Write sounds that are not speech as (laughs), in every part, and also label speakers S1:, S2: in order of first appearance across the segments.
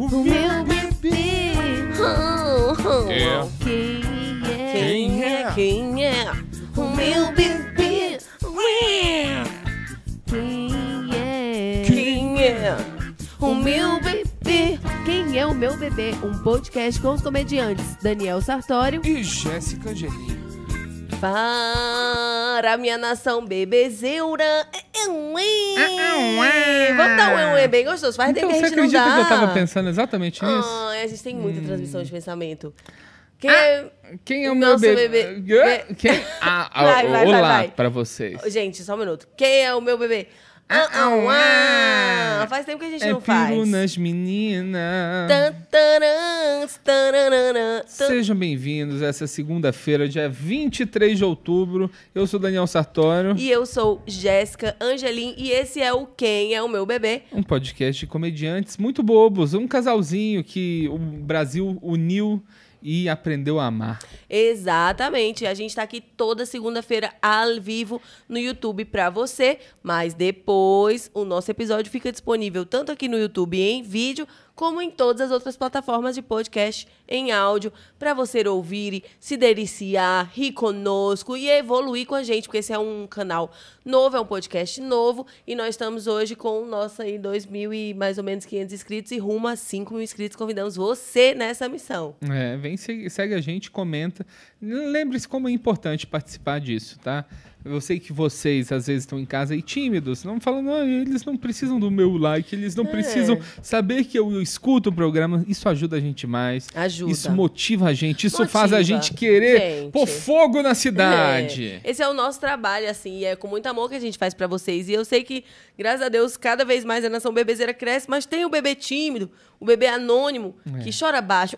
S1: Quem é o meu bebê?
S2: É.
S1: Quem
S2: Quem é?
S1: é?
S3: Uhum. Quem é?
S1: O meu bebê. Quem é?
S3: Quem é?
S1: O meu bebê. Quem é o meu bebê? Um podcast com os comediantes Daniel Sartório.
S2: E Jéssica Angelim.
S3: Para minha nação bebezeura. É, é, ué. Vamos dar um é, ué bem gostoso. Faz
S4: Então,
S3: tempo que
S4: você
S3: a gente não
S4: acredita
S3: dá. Ah,
S4: que eu tava pensando exatamente nisso? Hum.
S3: Ai, a gente tem muita transmissão de pensamento. Que...
S4: Quem é o
S3: Nosso
S4: meu
S3: bebê-
S4: bebê?
S3: be-
S4: Quem?
S3: (laughs)
S4: Ah, ah,
S3: Vai, vai, vai,
S4: olá
S3: vai.
S4: pra vocês.
S3: Gente, só um minuto. Quem é o meu bebê? Ah, ah, ah. Faz tempo que a gente
S4: É
S3: não faz.
S4: peru nas meninas.
S3: Tan, taran, tararara, tan-
S4: Sejam bem-vindos a essa segunda-feira, dia 23 de outubro. Eu sou Daniel Sartório,
S3: E eu sou Jéssica Angelim e esse é o Quem é o meu bebê.
S4: um podcast de comediantes muito bobos, um casalzinho que o Brasil uniu e aprendeu a amar.
S3: Exatamente. A gente tá aqui toda segunda-feira ao vivo no YouTube pra você, mas depois o nosso episódio fica disponível tanto aqui no YouTube em vídeo, como em todas as outras plataformas de podcast em áudio, pra você ouvir, se deliciar, rir conosco e evoluir com a gente, porque esse é um canal novo, é um podcast novo e nós estamos hoje com nossa aí 2000 e mais ou menos 500 inscritos e rumo a 5 mil inscritos. Convidamos você nessa missão.
S4: É, vem, segue, segue a gente, comenta. Lembre-se como é importante participar disso, tá? Eu sei que vocês às vezes estão em casa e tímidos, não falam, não, eles não precisam do meu like, eles não
S3: É.
S4: precisam saber que eu escuto o programa. Isso ajuda a gente mais.
S3: Ajuda.
S4: Isso motiva a gente, isso
S3: Motiva.
S4: faz a gente querer
S3: Gente.
S4: pôr fogo na cidade.
S3: É. Esse é o nosso trabalho, assim, e é com muito amor que a gente faz pra vocês. E eu sei que, graças a Deus, cada vez mais a nação bebezeira cresce, mas tem o bebê tímido, o bebê anônimo, que chora baixo,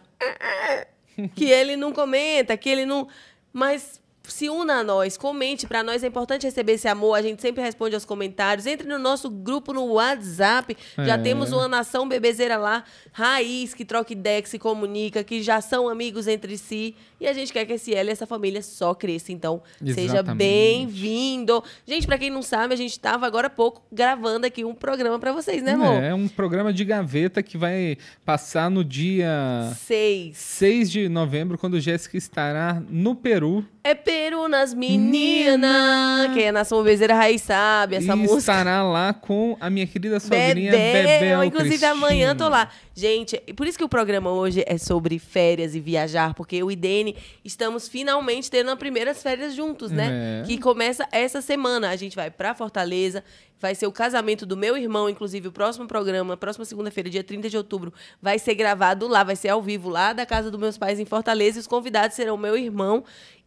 S3: que ele não comenta, que ele não. Mas se una a nós, comente. Pra nós é importante receber esse amor. A gente sempre responde aos comentários. Entre no nosso grupo no WhatsApp. Já
S4: É.
S3: temos uma nação bebezeira lá, raiz, que troca ideia, que se comunica, que já são amigos entre si. E a gente quer que esse L e essa família só cresça. Então, seja
S4: Exatamente.
S3: bem-vindo. Gente, pra quem não sabe, a gente tava agora há pouco gravando aqui um programa pra vocês, né, amor?
S4: É um programa de gaveta que vai passar no dia
S3: Seis.
S4: 6 de novembro, quando Jéssica estará no Peru.
S3: É peru nas menina. Quem é nação bebezeira raiz sabe essa
S4: e
S3: música.
S4: estará lá com a minha querida sogrinha
S3: Bebel,
S4: Bebel.
S3: inclusive
S4: Cristina.
S3: amanhã tô lá. Gente, é por isso que o programa hoje é sobre férias e viajar, porque eu e Dene estamos finalmente tendo as primeiras férias juntos, né?
S4: É.
S3: Que começa essa semana. A gente vai pra Fortaleza, vai ser o casamento do meu irmão, inclusive o próximo programa, próxima segunda-feira, dia 30 de outubro, vai ser gravado lá, vai ser ao vivo lá da casa dos meus pais em Fortaleza, e os convidados serão meu irmão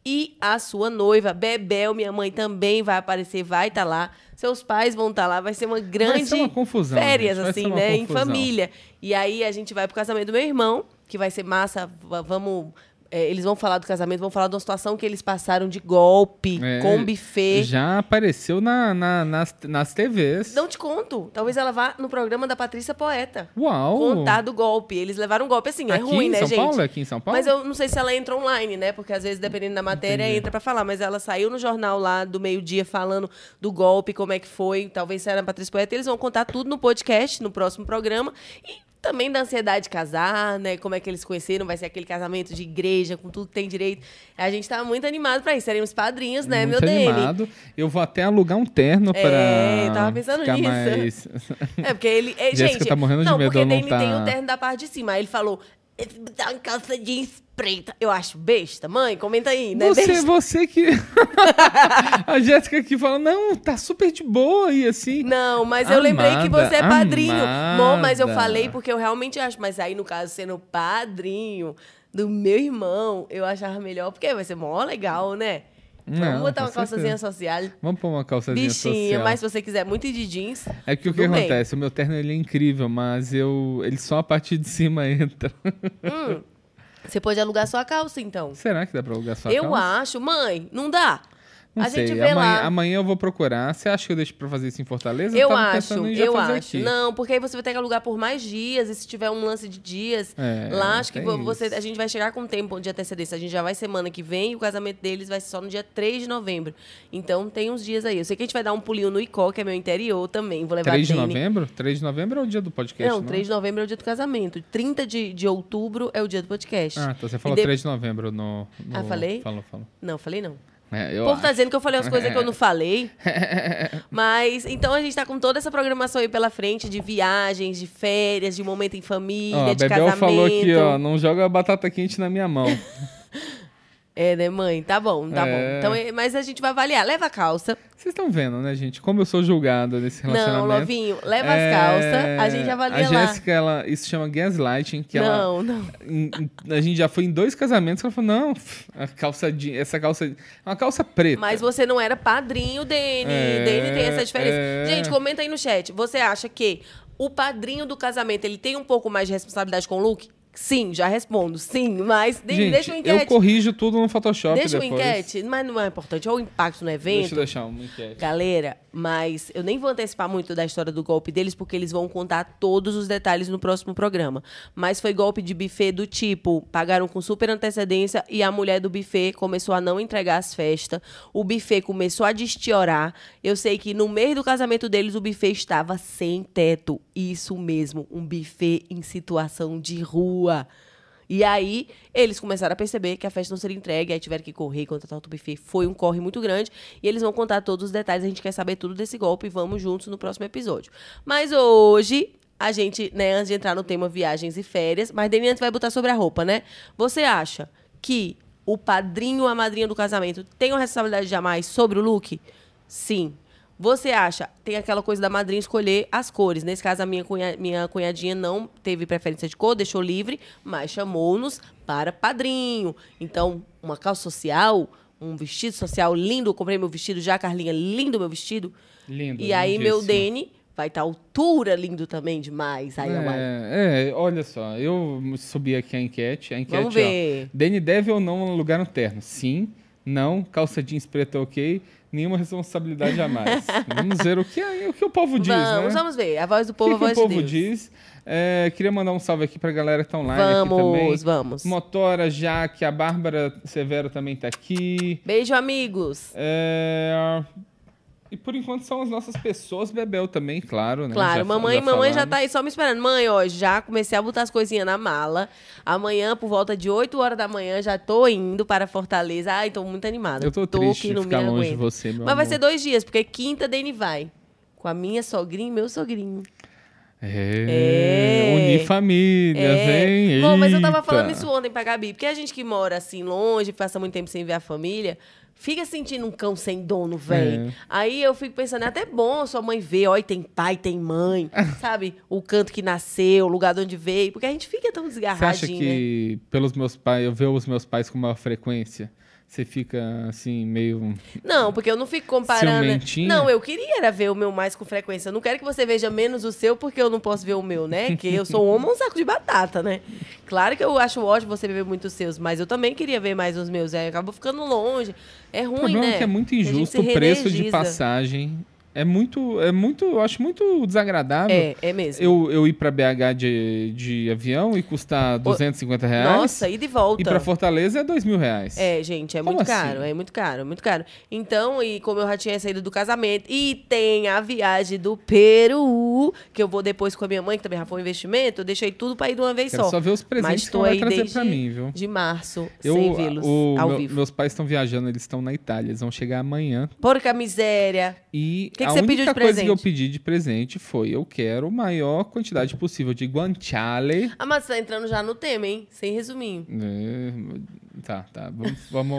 S3: e a sua noiva, Bebel, minha mãe também vai aparecer, vai estar lá. Seus pais vão estar lá, vai ser uma grande
S4: Vai ser é uma confusão,
S3: férias,
S4: gente, vai ser
S3: assim,
S4: uma
S3: né? Em
S4: confusão.
S3: família. E aí a gente vai pro casamento do meu irmão, que vai ser massa. va- Vamos. é, eles vão falar do casamento, vão falar de uma situação que eles passaram de golpe,
S4: É,
S3: com buffet.
S4: Já apareceu na, na- nas, nas TVs.
S3: Não te conto. Talvez ela vá no programa da Patrícia Poeta.
S4: Uau!
S3: Contar do golpe. Eles levaram um golpe, assim, é
S4: Oh. aqui
S3: ruim,
S4: em
S3: né,
S4: São
S3: gente?
S4: Paulo? Aqui em São Paulo?
S3: Mas eu não sei se ela entra online, né? Porque às vezes, dependendo da matéria,
S4: Entendi.
S3: entra pra falar. Mas ela saiu no jornal lá do meio-dia falando do golpe, como é que foi. Talvez saia na Patrícia Poeta. Eles vão contar tudo no podcast, no próximo programa. E também da ansiedade de casar, né? Como é que eles se conheceram. Vai ser aquele casamento de igreja, com tudo que tem direito. A gente tá muito animado pra isso. Seremos padrinhos, né, meu
S4: Muito
S3: Dene?
S4: animado. Eu vou até alugar um terno
S3: É,
S4: para
S3: eu tava pensando
S4: ficar mais...
S3: nisso. (laughs) É,
S4: (laughs)
S3: porque ele... É,
S4: Jéssica
S3: gente,
S4: tá morrendo de
S3: não,
S4: medo,
S3: porque
S4: ela não
S3: Dene tem
S4: tá-
S3: o terno da parte de cima. Aí ele falou... Dá uma calça jeans preta. Eu acho besta. Mãe, comenta aí, né?
S4: Você,
S3: besta?
S4: você
S3: (laughs)
S4: que... a Jéssica aqui fala, não, tá super de boa aí, assim.
S3: Não, mas eu lembrei que
S4: Amada,
S3: você é padrinho. Bom, mas eu
S4: amada.
S3: falei porque eu realmente acho. Mas aí, no caso, sendo padrinho do meu irmão, eu achava melhor, porque vai ser mó legal, né? Vamos
S4: Não,
S3: botar
S4: com
S3: uma calçazinha
S4: certeza.
S3: social.
S4: Vamos pôr uma calçazinha
S3: Bichinha,
S4: social.
S3: mas se você quiser muito ir de jeans.
S4: É que o que
S3: tudo bem.
S4: acontece? O meu terno ele é incrível, mas eu ele só a partir de cima (laughs) entra.
S3: Hum, você pode alugar sua calça, então.
S4: Será que dá pra alugar sua
S3: eu
S4: calça?
S3: acho, mãe, não dá.
S4: Não
S3: A
S4: sei.
S3: gente vê
S4: amanhã,
S3: lá.
S4: amanhã eu vou procurar. Você acha que eu deixo pra fazer isso em Fortaleza?
S3: Eu
S4: tava
S3: acho,
S4: pensando em já
S3: eu
S4: fazer
S3: acho.
S4: aqui.
S3: Não, porque aí você vai ter que alugar por mais dias, e se tiver um lance de dias,
S4: É,
S3: lá acho que
S4: tem
S3: vo- você,
S4: isso.
S3: a gente vai chegar com um tempo de antecedência. A gente já vai semana que vem e o casamento deles vai ser só no dia 3 de novembro. Então tem uns dias aí. Eu sei que a gente vai dar um pulinho no Icó, que é meu interior também. Vou levar
S4: 3 de
S3: tênis.
S4: novembro? 3 de novembro é o dia do podcast,
S3: Não, 3 de novembro é o dia do casamento. 30 de, de outubro é o dia do podcast.
S4: Ah, então você falou
S3: E de-
S4: 3 de novembro no... no-
S3: Ah, falei?
S4: Falou, falou.
S3: Não, falei não.
S4: É,
S3: O
S4: eu
S3: povo tá
S4: acho.
S3: dizendo que eu falei umas coisas que eu
S4: (laughs)
S3: não falei. Mas, então a gente tá com toda essa programação aí pela frente de viagens, de férias, de momento em família,
S4: Ó, a
S3: de
S4: Ah, Bebel
S3: casamento.
S4: falou aqui, ó, não joga batata quente na minha
S3: (laughs)
S4: mão.
S3: É, né, mãe? Tá bom, tá
S4: É.
S3: bom. Então, é- mas a gente vai avaliar. Leva a calça.
S4: Vocês estão vendo, né, gente? Como eu sou julgada nesse
S3: Não,
S4: relacionamento.
S3: Lovinho, leva
S4: É,
S3: as calças. A gente avalia
S4: A
S3: lá.
S4: Jéssica, ela, isso chama gaslighting, que é ela...
S3: não, não.
S4: em- em- A gente já foi em dois casamentos que ela falou, não, pff, a calça de, essa calça... é Uma calça preta.
S3: Mas você não era padrinho, Dene.
S4: É,
S3: Dene tem essa diferença.
S4: é.
S3: Gente, comenta aí no chat. Você acha que o padrinho do casamento, ele tem um pouco mais de responsabilidade com o Luke? Sim, já respondo. Sim, mas Dene,
S4: gente,
S3: deixa uma
S4: eu
S3: enquete.
S4: corrijo tudo no Photoshop
S3: deixa uma
S4: depois.
S3: enquete. Mas não é importante. Olha o impacto no
S4: Deixa eu
S3: evento.
S4: deixar uma enquete.
S3: Galera, mas eu nem vou antecipar muito da história do golpe deles, porque eles vão contar todos os detalhes no próximo programa. Mas foi golpe de buffet do tipo: pagaram com super antecedência e a mulher do buffet começou a não entregar as festas. O buffet começou a destiorar. Eu sei que no mês do casamento deles, o buffet estava sem teto. Isso mesmo, um buffet em situação de rua. E aí, eles começaram a perceber que a festa não seria entregue, aí tiveram que correr, contratar outro buffet. Foi um corre muito grande. E eles vão contar todos os detalhes. A gente quer saber tudo desse golpe. Vamos juntos no próximo episódio. Mas hoje, a gente, né, antes de entrar no tema viagens e férias, mas Dani antes vai botar sobre a roupa, né? Você acha que o padrinho ou a madrinha do casamento tem uma responsabilidade jamais sobre o look? Sim. Você acha, tem aquela coisa da madrinha escolher as cores. Nesse caso, a minha, cunha- minha cunhadinha não teve preferência de cor, deixou livre, mas chamou-nos para padrinho. Então, uma calça social, um vestido social lindo. Eu comprei meu vestido já, Carlinha, lindo meu vestido.
S4: Lindo,
S3: e aí, meu
S4: lindíssimo.
S3: Dene vai estar tá à altura lindo também demais. Aí, uai.
S4: É, é, olha só, eu subi aqui a enquete. A enquete,
S3: Vamos
S4: ó.
S3: ver.
S4: Dani deve ou não alugar um terno? Sim, não, calça jeans preta ok, nenhuma responsabilidade a
S3: (laughs)
S4: mais. Vamos ver o que, é- o que o povo diz,
S3: vamos,
S4: né?
S3: vamos ver. A voz do
S4: o
S3: povo,
S4: que,
S3: a
S4: que
S3: voz
S4: o povo
S3: de Deus.
S4: diz. É, queria mandar um salve aqui pra galera que tá online aqui também.
S3: Vamos, vamos.
S4: Motora, Jaque, a Bárbara Severo também tá aqui.
S3: Beijo, amigos.
S4: É, E por enquanto são as nossas pessoas, Bebel também, claro, né?
S3: Claro,
S4: Já-
S3: mamãe, mamãe já
S4: falamos.
S3: tá aí só me esperando. Mãe, ó, já comecei a botar as coisinhas na mala. Amanhã, por volta de 8 horas da manhã, já tô indo para Fortaleza. Ai, tô muito animada.
S4: Eu tô, triste
S3: que
S4: de
S3: não
S4: ficar
S3: me
S4: longe de
S3: aguento.
S4: você, meu
S3: Mas vai
S4: amor.
S3: ser dois dias, porque quinta Dani vai. Com a minha sogrinha e meu sogrinho.
S4: É, unir famílias, hein?
S3: É. Bom, mas eu tava
S4: Eita.
S3: falando isso ontem pra Gabi, porque a gente que mora assim longe, passa muito tempo sem ver a família, fica sentindo um cão sem dono, velho.
S4: É.
S3: Aí eu fico pensando, é até bom sua mãe ver, ó, e tem pai, tem
S4: (laughs)
S3: mãe, sabe? O canto que nasceu, o lugar de onde veio, porque a gente fica tão
S4: Você acha
S3: desgarradinho, né?
S4: que pelos meus pais, eu ver os meus pais com maior frequência, você fica assim, meio.
S3: Não, porque eu não fico comparando. né?
S4: Ciumentinha?
S3: Não, eu queria era ver o meu mais com frequência. Eu não quero que você veja menos o seu, porque eu não posso ver o
S4: (laughs)
S3: meu, né? Que eu sou um homem um saco de batata, né? Claro que eu acho ótimo você ver muito os seus, mas eu também queria ver mais os meus. É, acabou ficando longe. É
S4: O
S3: ruim,
S4: problema
S3: né?
S4: é que é muito
S3: A gente
S4: injusto
S3: se
S4: o preço de
S3: reenergiza.
S4: passagem. É muito, é muito, eu acho muito desagradável.
S3: É, é mesmo.
S4: Eu, eu ir pra BH de, de avião e custar 250 reais.
S3: Nossa, e de volta.
S4: e pra Fortaleza é 2 mil reais.
S3: É, gente, é
S4: Como
S3: muito
S4: assim?
S3: caro, é muito caro, é muito caro. Então, e como eu já tinha saído do casamento, e tem a viagem do Peru, que eu vou depois com a minha mãe, que também já foi um investimento, eu deixei tudo pra ir de uma vez
S4: Quero
S3: só.
S4: só ver os
S3: Mas
S4: presentes que
S3: tô
S4: ela vai
S3: aí
S4: trazer
S3: desde
S4: pra mim, viu?
S3: de março,
S4: Eu,
S3: sem vê-los
S4: o
S3: ao
S4: meu-
S3: vivo.
S4: Meus pais estão viajando, eles estão na Itália, eles vão chegar amanhã.
S3: Porca miséria.
S4: E
S3: Que que
S4: a
S3: você
S4: única
S3: pediu de
S4: coisa que eu
S3: presente?
S4: pedi de presente foi: eu quero a maior quantidade possível de guanciale.
S3: Ah, mas você tá entrando já no tema, hein? Sem resuminho.
S4: É, tá, tá.
S3: (laughs)
S4: Vamos. vamos-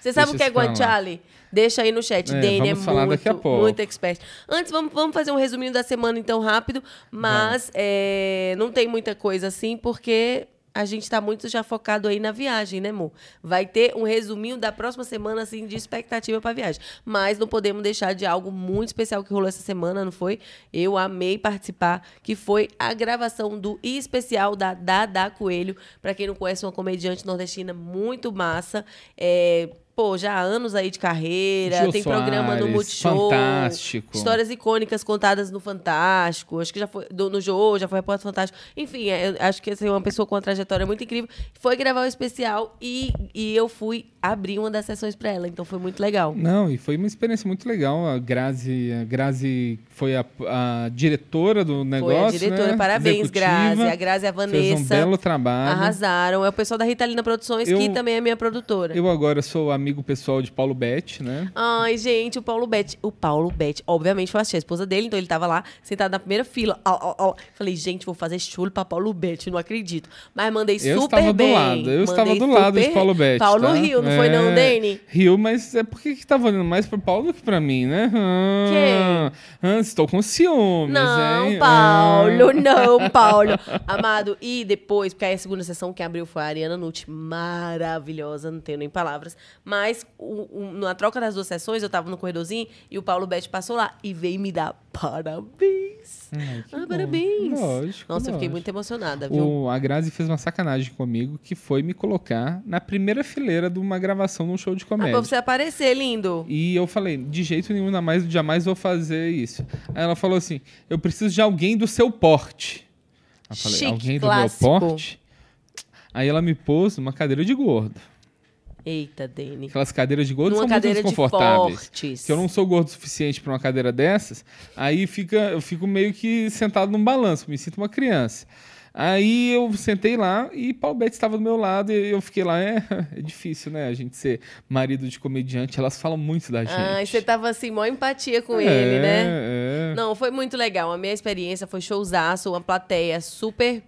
S3: Você
S4: Deixa
S3: sabe o que é
S4: isso pra lá.
S3: guanciale? Deixa aí no chat.
S4: É,
S3: Dani é
S4: vamos falar
S3: muito,
S4: daqui a pouco.
S3: muito expert. Antes, vamos, vamos fazer um resuminho da semana, então, rápido. Mas é, não tem muita coisa assim, porque a gente tá muito já focado aí na viagem, né, amor? Vai ter um resuminho da próxima semana, assim, de expectativa pra viagem. Mas não podemos deixar de algo muito especial que rolou essa semana, não foi? Eu amei participar, que foi a gravação do especial da Dada Coelho. Pra quem não conhece, uma comediante nordestina muito massa. É, pô, já há anos aí de carreira,
S4: Jô
S3: tem programa no
S4: Soares,
S3: Multishow.
S4: Fantástico.
S3: Histórias icônicas contadas no Fantástico. Acho que já foi do- no Jô, já foi repórter fantástico. Enfim, é, eu acho que essa é uma pessoa com uma trajetória muito incrível. Foi gravar o especial e, e eu fui abrir uma das sessões pra ela, então foi muito legal.
S4: Não, e foi uma experiência muito legal. A Grazi, a Grazi foi a, a diretora do negócio.
S3: foi a diretora,
S4: né?
S3: parabéns,
S4: Executiva.
S3: Grazi. A Grazi e a Vanessa.
S4: Fez um belo trabalho.
S3: Arrasaram. É o pessoal da Ritalina Produções, que
S4: Eu-
S3: também é minha produtora.
S4: Eu agora sou amigo pessoal de Paulo Betti, né?
S3: Ai, gente, o Paulo Betti. O Paulo Betti, obviamente, foi assistir a esposa dele, então ele tava lá, sentado na primeira fila. Ó, ó, ó. Falei, gente, vou fazer chulo pra Paulo Betti, não acredito. Mas mandei
S4: eu
S3: super
S4: estava
S3: bem.
S4: do lado, eu estava
S3: Mandei
S4: do lado de
S3: super-
S4: Paulo Betti.
S3: Paulo
S4: tá?
S3: riu, não foi não,
S4: É,
S3: Dani?
S4: Riu, mas é porque que tava olhando mais pro Paulo do que pra mim, né? Ah, ah, estou com ciúmes,
S3: Não,
S4: hein?
S3: Paulo,
S4: Ah.
S3: não, Paulo. Amado, e depois, porque aí a segunda sessão que abriu foi a Ariana Nutti, maravilhosa, não tenho nem palavras. Mas o- o- na troca das duas sessões, eu tava no corredorzinho e o Paulo Betti passou lá e veio me dar parabéns.
S4: Ai, que
S3: Ah,
S4: bom.
S3: parabéns.
S4: Lógico,
S3: Nossa, eu fiquei
S4: lógico.
S3: muito emocionada, viu?
S4: O, a Grazi fez uma sacanagem comigo, que foi me colocar na primeira fileira de uma gravação de um show de
S3: Ah,
S4: comédia.
S3: pra você aparecer, lindo.
S4: E eu falei, de jeito nenhum, na mais, jamais vou fazer isso. Aí ela falou assim, eu preciso de alguém do seu porte. Eu falei,
S3: Chique,
S4: alguém
S3: clássico.
S4: do meu porte? Aí ela me pôs numa cadeira de gordo.
S3: Eita, Dani.
S4: Aquelas cadeiras de gordo
S3: Numa
S4: são muito
S3: cadeira de
S4: desconfortáveis.
S3: fortes.
S4: Que eu não sou gordo o suficiente pra uma cadeira dessas, aí fica, eu fico meio que sentado num balanço, me sinto uma criança. Aí eu sentei lá e Paulo Betti estava do meu lado e eu fiquei lá. É, (laughs) é difícil, né? A gente ser marido de comediante, elas falam muito da gente.
S3: Ah, e você tava assim, mó empatia com
S4: É,
S3: ele, né?
S4: é.
S3: Não, foi muito legal. A minha experiência foi showzaço, uma plateia super,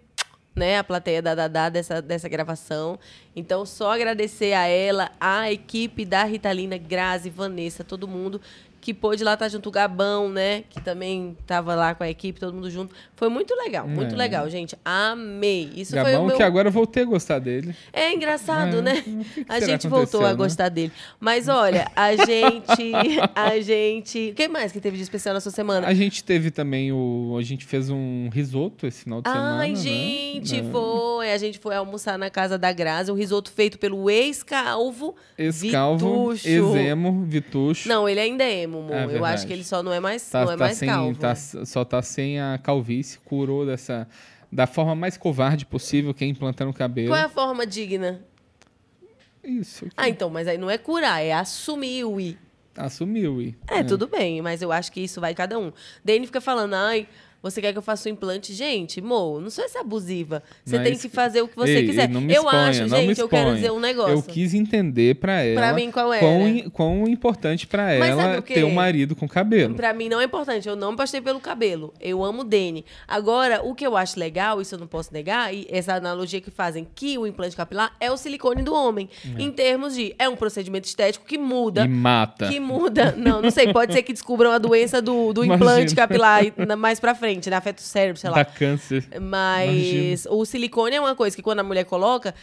S3: né? A plateia da Dadá dessa, dessa gravação. Então, só agradecer a ela, a equipe da Ritalina, Grazi, Vanessa, todo mundo que pôde lá estar junto, o Gabão, né? Que também tava lá com a equipe, todo mundo junto. Foi muito legal, muito
S4: É.
S3: legal, gente. Amei. Isso foi
S4: Gabão,
S3: o meu...
S4: que agora eu voltei a gostar dele.
S3: É engraçado,
S4: É,
S3: né?
S4: o que que
S3: a
S4: será
S3: gente
S4: que
S3: voltou
S4: aconteceu,
S3: a
S4: né?
S3: gostar dele. Mas olha, a gente. A gente. O que mais que teve de especial na sua semana?
S4: A gente teve também o. A gente fez um risoto esse final de semana.
S3: Ai,
S4: né?
S3: gente,
S4: É.
S3: foi. A gente foi almoçar na casa da Grazi, um risoto feito pelo ex-calvo.
S4: Escalvo,
S3: Vitucho.
S4: Exemo, Vitucho.
S3: Não, ele ainda é emo, amor.
S4: É
S3: Eu acho
S4: verdade.
S3: que ele só não é mais,
S4: tá,
S3: não é
S4: tá
S3: mais
S4: sem,
S3: calvo.
S4: tá- só tá sem a calvície, curou dessa. Da forma mais covarde possível, que é implantando o cabelo.
S3: Qual é a forma digna?
S4: Isso.
S3: Ah, então, mas aí não é curar, é assumir o i.
S4: Assumiu, e.
S3: É, tudo bem, mas eu acho que isso vai cada um. Dani fica falando, ai, você quer que eu faça um implante? Gente, mo, não sou essa abusiva. Você
S4: Não é
S3: tem
S4: isso
S3: que
S4: que-
S3: fazer o que você
S4: Ei,
S3: quiser.
S4: não me
S3: eu
S4: exponha,
S3: acho,
S4: não me
S3: gente, eu quero
S4: exponha.
S3: dizer um negócio.
S4: Eu quis entender pra ela.
S3: Pra mim, qual era?
S4: Quão, im- quão importante pra
S3: Mas sabe
S4: ela
S3: o quê?
S4: ter um marido com cabelo.
S3: Pra mim não é importante, eu não postei pelo cabelo. Eu amo Dene. Agora, o que eu acho legal, isso eu não posso negar, e essa analogia que fazem que o implante capilar é o silicone do homem. Em termos de. É um procedimento estético que muda.
S4: E mata.
S3: Que muda. Não, não sei. Pode ser que descubram a doença do, do
S4: Imagina.
S3: implante capilar e- na- mais pra frente, né? Afeta o cérebro, sei lá.
S4: Dá câncer.
S3: Mas o silicone é uma coisa que quando a mulher coloca,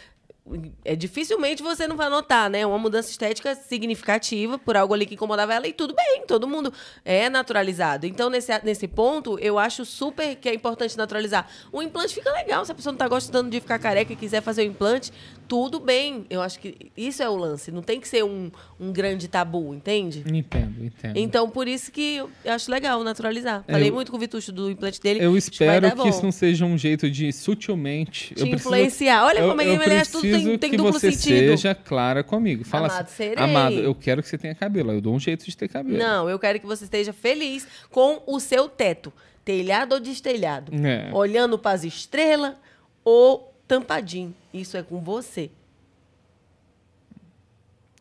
S3: é dificilmente você não vai notar, né? Uma mudança estética significativa por algo ali que incomodava ela e tudo bem, todo mundo é naturalizado. Então, nesse, nesse ponto, eu acho super que é importante naturalizar. O implante fica legal, se a pessoa não tá gostando de ficar careca e quiser fazer o implante, tudo bem. Eu acho que isso é o lance, não tem que ser um, um grande tabu, entende?
S4: Entendo, entendo.
S3: Então, por isso que eu acho legal naturalizar. Falei
S4: É, Eu-
S3: muito com o Vitucho do implante dele.
S4: Eu
S3: acho vai
S4: espero
S3: dar
S4: que
S3: bom
S4: isso não seja um jeito de sutilmente
S3: te
S4: eu preciso-
S3: influenciar. Olha
S4: eu,
S3: como é ele
S4: eu
S3: merece tudo, tem,
S4: preciso
S3: tem
S4: que
S3: duplo
S4: você
S3: sentido.
S4: seja clara comigo. Fala
S3: Amado,
S4: assim,
S3: serei.
S4: amado, eu quero que você tenha cabelo. Eu dou um jeito de ter cabelo.
S3: Não, eu quero que você esteja feliz com o seu teto, telhado ou destelhado.
S4: É.
S3: Olhando para as estrelas ou tampadinho. Isso é com você.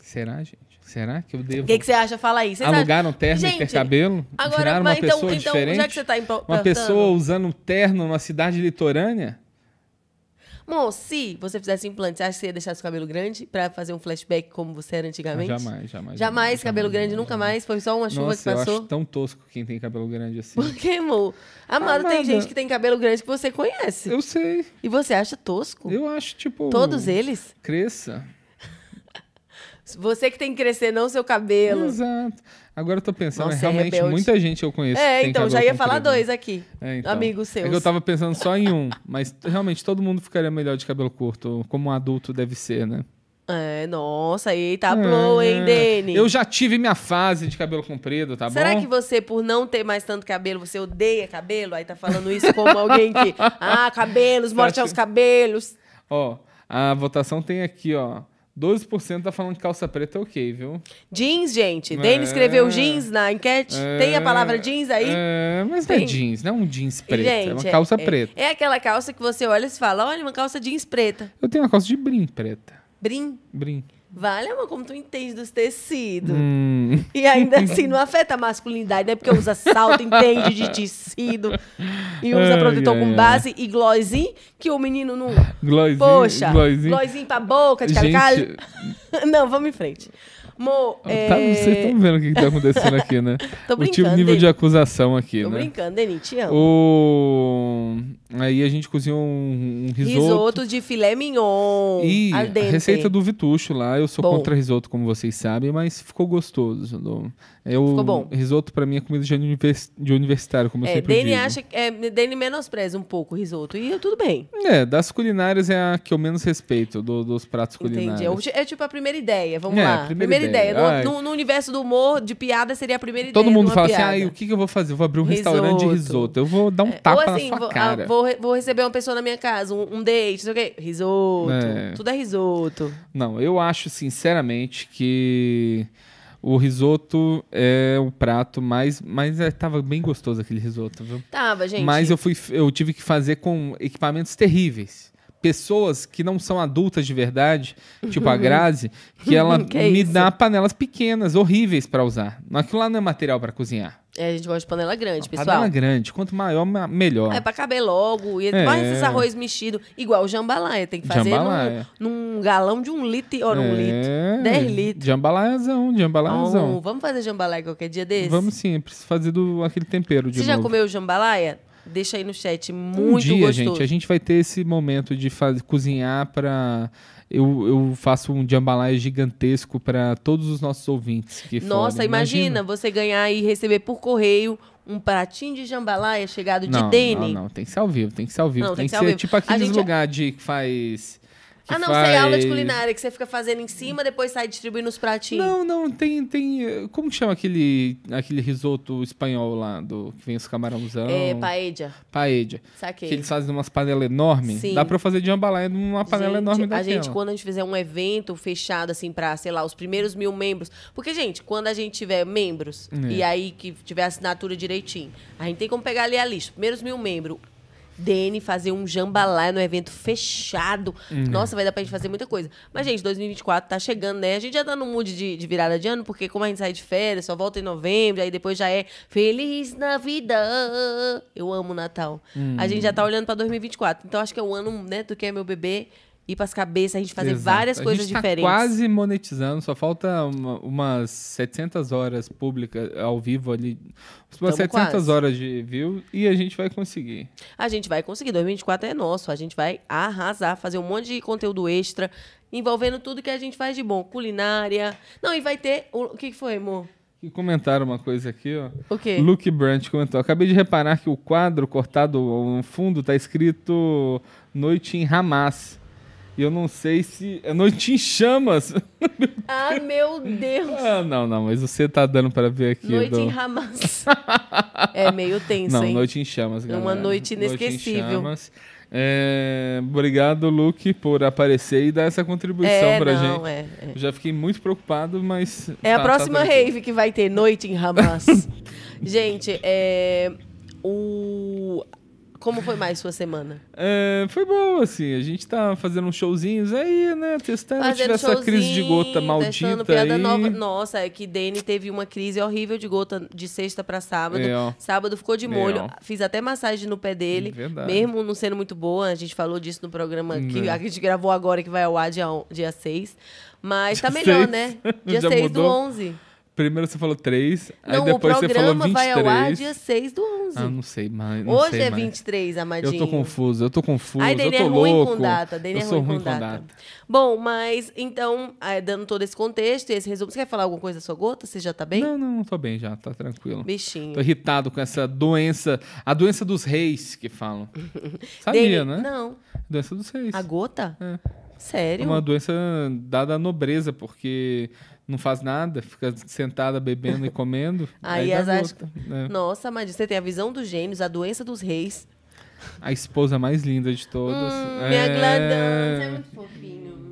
S4: Será, gente? Será que eu devo
S3: O que, que você acha? Fala aí. Você
S4: alugar um terno e ter
S3: Gente,
S4: cabelo?
S3: agora,
S4: Viraram uma
S3: mas então-
S4: pessoa
S3: então, já
S4: diferente?
S3: que você tá impo-
S4: uma
S3: perguntando-
S4: pessoa usando um terno numa cidade litorânea?
S3: Amor, se você fizesse implante, você acha que você ia deixar seu cabelo grande para fazer um flashback como você era antigamente?
S4: Jamais, jamais, jamais.
S3: Jamais, cabelo grande, nunca mais. Foi só uma chuva
S4: Nossa,
S3: que passou.
S4: eu acho tão tosco quem tem cabelo grande assim.
S3: Por que, amor? Amado, tem
S4: Amada.
S3: gente que tem cabelo grande que você conhece.
S4: Eu sei.
S3: E você acha tosco?
S4: Eu acho, tipo...
S3: Todos eles?
S4: Cresça.
S3: Você que tem que crescer, não seu cabelo.
S4: Exato. Agora eu tô pensando,
S3: Nossa, é
S4: realmente
S3: rebelde.
S4: muita gente eu conheço. que
S3: é,
S4: tem
S3: então,
S4: cabelo
S3: já ia falar
S4: comprido.
S3: dois aqui.
S4: É, então.
S3: Amigos seus.
S4: É que eu tava pensando só em um, mas realmente todo mundo ficaria melhor de cabelo curto, como um adulto deve ser, né? É.
S3: É, nossa, aí tá blow, hein, Dene?
S4: Eu já tive minha fase de cabelo comprido, tá
S3: Será
S4: bom?
S3: que você, por não ter mais tanto cabelo, você odeia cabelo? Aí tá falando isso como alguém
S4: (laughs)
S3: que. Ah, cabelos, morte
S4: acha-
S3: aos cabelos.
S4: Ó, a votação tem aqui, ó. 12% tá falando que calça preta é ok, viu?
S3: Jeans, gente.
S4: É.
S3: Dene escreveu jeans na enquete. Tem a palavra jeans Tá aí?
S4: É, mas não é
S3: Tem.
S4: jeans, não é um jeans preto, é uma
S3: Gente,
S4: calça
S3: é-
S4: preta.
S3: É aquela calça que você olha e se fala: olha, uma calça jeans preta.
S4: Eu tenho uma calça de brim preta.
S3: Brim.
S4: Brim.
S3: Vale, amor, como tu entende dos tecidos.
S4: Hum.
S3: E ainda (laughs) assim, não afeta a masculinidade, né? Porque usa salto, entende de tecido. E usa
S4: Ai,
S3: protetor
S4: ai,
S3: com
S4: ai.
S3: base e glossinho, que o menino não...
S4: Gloizinho.
S3: Poxa,
S4: gloizinho.
S3: glossinho pra boca, de
S4: Gente, ah,
S3: calcalho. (laughs) não, vamos em frente. Mo, é...
S4: tá, vocês estão vendo o que, que tá acontecendo aqui, né?
S3: (laughs) Tô
S4: o tipo
S3: brincando,
S4: nível de
S3: Deni.
S4: acusação aqui,
S3: Tô
S4: né?
S3: brincando, Deni, te amo.
S4: O... Aí a gente cozinhou um, um
S3: Risoto.
S4: risoto.
S3: de filé mignon.
S4: E a
S3: al dente.
S4: receita do Vitucho lá, eu sou
S3: Bom.
S4: contra risoto, como vocês sabem, mas ficou gostoso. do- Eu,
S3: Ficou bom.
S4: Risoto pra mim é comida de, univers- de universitário, como eu
S3: É,
S4: sempre
S3: Dani
S4: digo.
S3: acha que... É, Dani menospreza um pouco o risoto. E eu, tudo bem.
S4: É, das culinárias é a que eu menos respeito, do- dos pratos culinários.
S3: Entendi. É o ti- É, tipo a primeira ideia, vamos
S4: É,
S3: lá.
S4: primeira
S3: Primeira,
S4: ideia.
S3: ideia.
S4: Ai.
S3: No, no- no universo do humor, de piada, seria a primeira ideia.
S4: Todo
S3: de
S4: mundo
S3: uma
S4: fala
S3: piada.
S4: assim, ah, e o que, que eu vou fazer? Eu vou abrir um restaurante de
S3: Risoto.
S4: risoto. Eu vou dar um
S3: É,
S4: tapa
S3: Ou
S4: na
S3: assim,
S4: sua
S3: vou, ah,
S4: cara.
S3: vou re- vou receber uma pessoa na minha casa, um, um date, não sei o quê. Risoto.
S4: É.
S3: Tudo é risoto.
S4: Não, eu acho sinceramente que o risoto é o prato mais... Mas é, tava bem gostoso aquele risoto, viu?
S3: Tava, gente.
S4: Mas eu, fui, eu tive que fazer com equipamentos terríveis. Pessoas que não são adultas de verdade, tipo
S3: (laughs)
S4: a Grazi, que ela
S3: Que é
S4: me
S3: isso?
S4: dá panelas pequenas, horríveis pra usar. Aquilo lá não é material pra cozinhar.
S3: É, a gente gosta de panela grande, pessoal.
S4: Panela grande, quanto maior, ma- melhor.
S3: Ah, É pra caber logo. E
S4: É.
S3: mais esses arroz mexido. Igual o jambalaya. Tem que fazer num,
S4: Jambalaya.
S3: num galão de um litro. Ou
S4: É,
S3: um litro. dez litros.
S4: Jambalaiazão,
S3: Então,
S4: jambalaiazão.
S3: vamos fazer jambalaya qualquer dia desse?
S4: Vamos sim, preciso fazer do, aquele tempero de
S3: Você já
S4: novo.
S3: comeu jambalaya? Deixa aí no chat.
S4: Um
S3: Muito
S4: dia,
S3: gostoso.
S4: gente, a gente vai ter esse momento de faz- cozinhar pra. Eu, eu faço um jambalaya gigantesco pra todos os nossos ouvintes. Que
S3: Nossa,
S4: foram.
S3: imagina, você ganhar e receber por correio um pratinho de jambalaya chegado de
S4: Não,
S3: Dene.
S4: Não, não, tem que ser ao vivo, tem que ser ao vivo.
S3: Não,
S4: tem,
S3: tem
S4: que
S3: que ser ao
S4: ser
S3: vivo.
S4: tipo aqueles
S3: A gente- é-
S4: lugar de que faz. que
S3: Ah, não, sei aula de
S4: faz-
S3: culinária que você fica fazendo em cima, depois sai distribuindo os pratinhos.
S4: Não, não, tem, tem. eh, Como que chama aquele, aquele risoto espanhol lá do que vem os camarãozão?
S3: É, paella.
S4: Paella.
S3: Saquei.
S4: Que eles fazem umas panelas enormes.
S3: Sim.
S4: Dá pra eu fazer jambalaya numa panela
S3: Gente,
S4: enorme
S3: A
S4: daquela.
S3: gente, quando a gente fizer um evento fechado, assim, pra, sei lá, os primeiros mil membros. Porque, gente, quando a gente tiver membros,
S4: É.
S3: e aí que tiver assinatura direitinho, a gente tem como pegar ali a lista. Primeiros mil membros. Dene fazer um jambalá no evento fechado.
S4: Hum.
S3: Nossa, vai dar pra gente fazer muita coisa. Mas, gente, 2024 tá chegando, né? A gente já tá no mood de, de virada de ano, porque como a gente sai de férias, só volta em novembro, aí depois já é Feliz Navidad. Eu amo Natal. A gente já
S4: Hum.
S3: tá olhando pra 2024. Então, acho que é o ano, né, do que é meu bebê, ir pras cabeças, a gente fazer
S4: Exato.
S3: várias coisas
S4: a gente tá
S3: diferentes.
S4: quase monetizando, só falta uma- umas 700 horas públicas ao vivo ali. Umas
S3: Tamo
S4: 700
S3: quase.
S4: horas de view e a gente vai conseguir.
S3: A gente vai conseguir. 2024 é nosso. A gente vai arrasar, fazer um monte de conteúdo extra, envolvendo tudo que a gente faz de bom. Culinária. Não, e vai ter. O o que que foi, amor?
S4: E comentaram uma coisa aqui, ó.
S3: O quê?
S4: Luke Brandt comentou: Acabei de reparar que o quadro cortado no fundo tá escrito Noite em Hamas. E eu não sei se. É Noite em Chamas! (laughs)
S3: Ah, meu Deus!
S4: ah, não, não, mas você tá dando pra ver aqui.
S3: Noite
S4: do-
S3: em Hamas. é meio tenso,
S4: Não,
S3: hein?
S4: Noite em Chamas,
S3: É
S4: galera.
S3: uma noite
S4: em
S3: inesquecível.
S4: Chamas. É, Obrigado, Luke, por aparecer e dar essa contribuição
S3: é,
S4: pra
S3: não,
S4: gente.
S3: é, é.
S4: Já fiquei muito preocupado, mas.
S3: É a
S4: tá- tá
S3: próxima
S4: tranquilo.
S3: rave que vai ter noite em Hamas.
S4: (laughs)
S3: gente, é. O. Como foi mais sua semana?
S4: É, foi bom, assim. A gente tá fazendo uns showzinhos aí, né? Testando. Tive essa crise de gota
S3: showzinho,
S4: maldita.
S3: testando piada
S4: aí.
S3: nova. Nossa, é que Dani teve uma crise horrível de gota de sexta pra sábado.
S4: É, ó.
S3: Sábado ficou de molho.
S4: ó.
S3: Fiz até massagem no pé dele.
S4: Verdade.
S3: Mesmo não sendo muito boa. A gente falou disso no programa que
S4: Né.
S3: a gente gravou agora, que vai ao ar dia, on- dia 6. Mas tá
S4: Dia
S3: melhor,
S4: seis. (laughs)
S3: né? Dia
S4: Já
S3: 6 do
S4: mudou?
S3: 11.
S4: Primeiro você falou 3, aí
S3: Não, o
S4: depois você falou
S3: programa
S4: 23.
S3: vai ao ar dia 6 do 11.
S4: Ah, não sei mais. não
S3: Hoje
S4: sei
S3: é
S4: mais.
S3: 23, amadinho.
S4: Eu tô confuso, eu tô confuso.
S3: Ai,
S4: eu
S3: Dani
S4: tô
S3: é ruim
S4: louco.
S3: com data. Dani
S4: eu
S3: é
S4: sou
S3: ruim, com, data. Bom, mas então, ah, dando todo esse contexto e esse resumo, você quer falar alguma coisa da sua gota? Você já tá bem?
S4: Não, não, não tô bem já, tá tranquilo.
S3: Bichinho.
S4: Tô irritado com essa doença, a doença
S3: (laughs)
S4: dos reis que falam. Sabia,
S3: Dani-
S4: né?
S3: Não.
S4: Doença dos reis.
S3: A gota?
S4: É. É
S3: Sério?
S4: uma doença dada à nobreza, porque não faz nada, fica sentada bebendo
S3: (laughs)
S4: e comendo.
S3: Aí as
S4: dá
S3: as-
S4: gota, né?
S3: Nossa, mas você tem a visão dos gênios, a doença dos reis.
S4: A esposa mais linda de todas.
S3: Hum,
S4: É,
S3: Minha gladão, você é muito fofinho. Hum,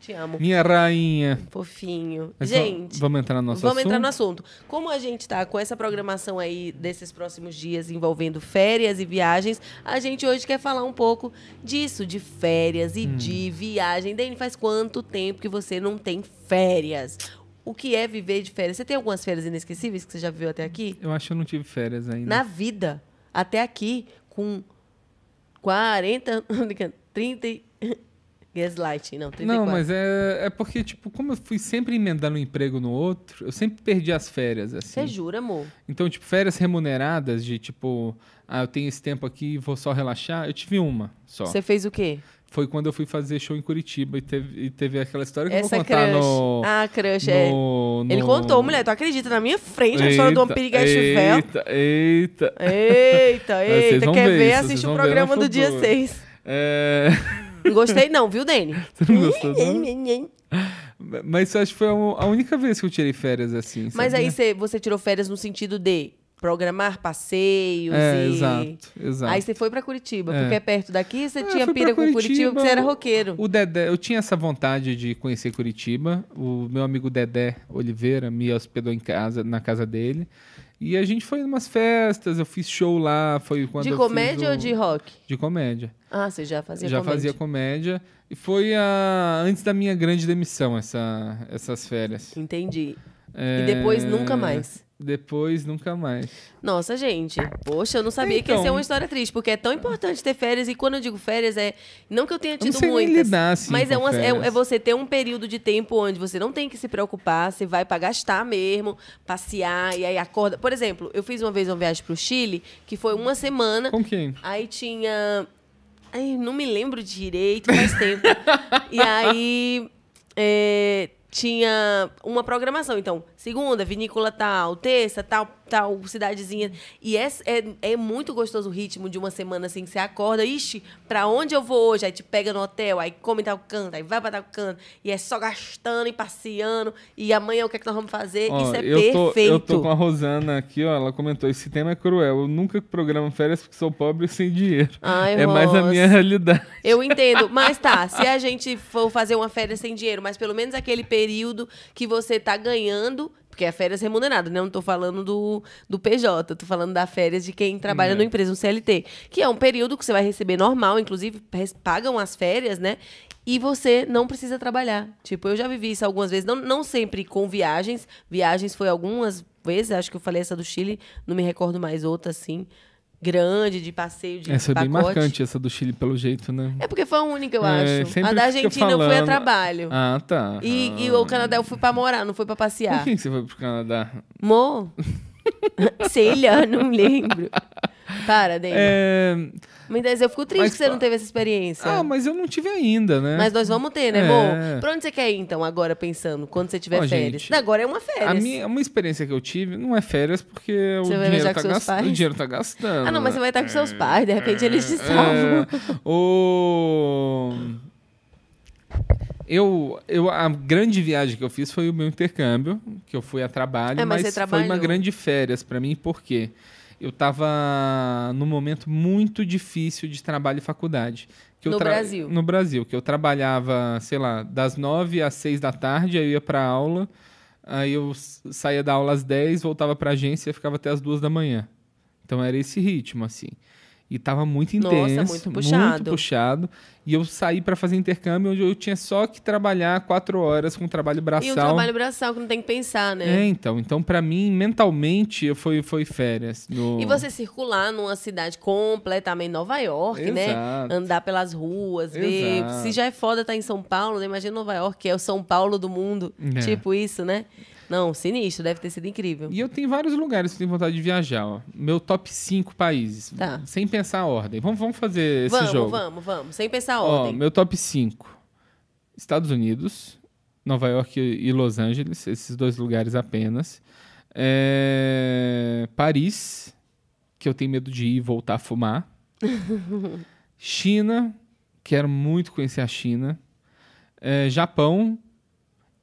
S3: Te
S4: (laughs)
S3: amo.
S4: Minha rainha.
S3: Fofinho.
S4: Mas va-
S3: Gente.
S4: Vamos entrar no nosso
S3: Vamos
S4: assunto?
S3: entrar no assunto. Como a gente tá com essa programação aí desses próximos dias envolvendo férias e viagens, a gente hoje quer falar um pouco disso, de férias
S4: Hum.
S3: e de viagem. Dani, faz quanto tempo que você não tem férias? O que é viver de férias? Você tem algumas férias inesquecíveis que você já viveu até aqui?
S4: Eu acho que eu não tive férias ainda.
S3: Na vida, até aqui, com (laughs) 40, 30 e- (laughs) Gaslight, não, 34.
S4: Não, mas é, é porque, tipo, como eu fui sempre emendando um emprego no outro, eu sempre perdi as férias, assim.
S3: Você é jura, amor?
S4: Então, tipo, férias remuneradas de, tipo, ah, eu tenho esse tempo aqui e vou só relaxar. Eu tive uma só.
S3: Você fez o quê?
S4: Foi quando eu fui fazer show em Curitiba e teve, e teve aquela história que eu
S3: Essa
S4: vou contar
S3: crush.
S4: no,
S3: Ah, crush, é.
S4: no-
S3: Ele
S4: no-
S3: contou, mulher, tu acredita? Na minha frente, a história do
S4: Eita,
S3: Ampiriguete Véu.
S4: Eita, eita.
S3: Eita,
S4: Mas vocês
S3: eita.
S4: vão
S3: Quer
S4: ver
S3: ver?
S4: isso, vocês
S3: Assiste o
S4: vão ver no
S3: programa do dia
S4: futuro. (laughs)
S3: 6.
S4: É,
S3: Não gostei não, viu, Dani?
S4: Você não gostou, não? Mas isso acho que foi a u- a única vez que eu tirei férias assim.
S3: Mas
S4: sabia?
S3: aí cê- você tirou férias no sentido de programar passeios
S4: É,
S3: e...
S4: exato, exato.
S3: Aí você foi pra Curitiba,
S4: É.
S3: porque é perto daqui, você
S4: É,
S3: tinha
S4: fui pra
S3: pira com Curitiba, porque você era
S4: o-
S3: roqueiro.
S4: O Dedé, eu tinha essa vontade de conhecer Curitiba. O meu amigo Dedé Oliveira me hospedou em casa, na casa dele. E a gente foi em umas festas, eu fiz show lá, foi quando
S3: De
S4: eu fiz
S3: comédia
S4: o-
S3: ou de rock?
S4: de comédia.
S3: Ah, você já fazia
S4: Já
S3: comédia.
S4: fazia comédia e foi a... antes da minha grande demissão essa essas férias.
S3: Entendi. E depois
S4: É,
S3: nunca mais.
S4: Depois nunca mais.
S3: Nossa, gente. Poxa, eu não sabia que ia
S4: Então.
S3: ser uma história triste, porque é tão importante ter férias. E quando eu digo férias, é. Não que eu tenha
S4: Eu não
S3: tido
S4: sei nem
S3: muitas.
S4: lidar, assim,
S3: mas é,
S4: com
S3: uma- é-
S4: férias.
S3: é você ter um período de tempo onde você não tem que se preocupar, você vai pra gastar mesmo, passear, e aí acorda. Por exemplo, eu fiz uma vez uma viagem pro Chile, que foi uma semana.
S4: Com quem?
S3: Aí tinha. Ai, não me lembro direito, faz tempo.
S4: (laughs)
S3: e aí. é, tinha uma programação. Então, segunda, vinícola tal, terça, tal, tal, cidadezinha. E é, é, é muito gostoso o ritmo de uma semana assim. que Você acorda, ixi, pra onde eu vou hoje? Aí te pega no hotel, aí come em tal canto, aí vai pra tal canto. E é só gastando e passeando. E amanhã o que é que nós vamos fazer?
S4: Ó,
S3: Isso é
S4: eu tô,
S3: perfeito.
S4: Eu tô com a Rosana aqui, ó. Ela comentou: esse tema é cruel. Eu nunca programo férias porque sou pobre e sem dinheiro.
S3: Ai,
S4: é mais a
S3: Ross.
S4: minha realidade.
S3: (laughs) Eu entendo, mas tá, se a gente for fazer uma férias sem dinheiro, mas pelo menos aquele período que você tá ganhando, porque é férias remunerada, né? Eu não tô falando do, do PJ, tô falando da férias de quem trabalha
S4: É.
S3: numa empresa, no CLT, que é um período que você vai receber normal, inclusive res- pagam as férias, né? E você não precisa trabalhar. Tipo, eu já vivi isso algumas vezes, não, não sempre com viagens. Viagens foi algumas vezes, acho que eu falei essa do Chile, não me recordo mais outra assim, grande, de passeio, de
S4: Essa é bem
S3: pacote.
S4: marcante, essa do Chile, pelo jeito, né?
S3: É porque foi a única, eu
S4: É,
S3: acho.
S4: sempre
S3: A da
S4: fica
S3: Argentina eu fui a
S4: falando.
S3: trabalho.
S4: Ah, tá.
S3: E, e o Canadá eu fui pra morar, não fui pra
S4: Por
S3: passear.
S4: que que você foi pro Canadá?
S3: Mo? (laughs) Sei lá, não lembro. Para, Dani.
S4: É...
S3: Muitas vezes eu fico triste
S4: Mas
S3: que você não
S4: pa-
S3: teve essa experiência.
S4: Ah, mas eu não tive ainda, né?
S3: Mas nós vamos ter, né,
S4: É.
S3: Mo? Pra onde você quer ir, então, agora, pensando? Quando você tiver
S4: Ó,
S3: férias?
S4: gente,
S3: agora é uma férias.
S4: A minha, uma experiência que eu tive não é férias, porque o
S3: Você vai
S4: dinheiro,
S3: viajar
S4: tá
S3: com seus
S4: gas-
S3: pais?
S4: o dinheiro tá gastando.
S3: Ah, não, mas você vai estar com seus pais, de repente eles te salvam.
S4: É, o... Eu, eu, a grande viagem que eu fiz foi o meu intercâmbio, que eu fui a trabalho,
S3: É,
S4: mas,
S3: mas você
S4: foi
S3: trabalhou.
S4: uma grande férias para mim, porque eu estava num momento muito difícil de trabalho e faculdade. Que eu
S3: No Brasil.
S4: No Brasil, que eu trabalhava, sei lá, das nove às seis da tarde, aí eu ia para aula, aí eu s- saía da aula às dez, voltava para agência e ficava até às duas da manhã. Então era esse ritmo, assim. E tava muito
S3: Nossa,
S4: intenso,
S3: muito
S4: muito
S3: puxado.
S4: puxado. E eu saí para fazer intercâmbio, onde eu tinha só que trabalhar quatro horas com trabalho braçal.
S3: E um trabalho braçal que não tem que pensar, né?
S4: É, então. Então, para mim, mentalmente, eu- foi, foi férias. no-
S3: E você circular numa cidade completamente Nova York, né?
S4: Exato.
S3: Andar pelas ruas, ver.
S4: Exato.
S3: Se já é foda estar em São Paulo, né? Imagina Nova York, que é o São Paulo do mundo.
S4: É.
S3: Tipo isso, né? Não, sinistro, deve ter sido incrível.
S4: E eu tenho vários lugares que eu tenho vontade de viajar, ó. Meu top 5 países.
S3: Tá.
S4: Sem pensar a ordem. Vamos, vamos fazer esse
S3: vamos,
S4: jogo.
S3: vamos, vamos. Sem pensar a
S4: Ó,
S3: ordem.
S4: meu top 5. Estados Unidos, Nova York e Los Angeles, esses dois lugares apenas. É, Paris, que eu tenho medo de ir e
S3: (laughs)
S4: voltar a fumar. China, quero muito conhecer a China. eh, Japão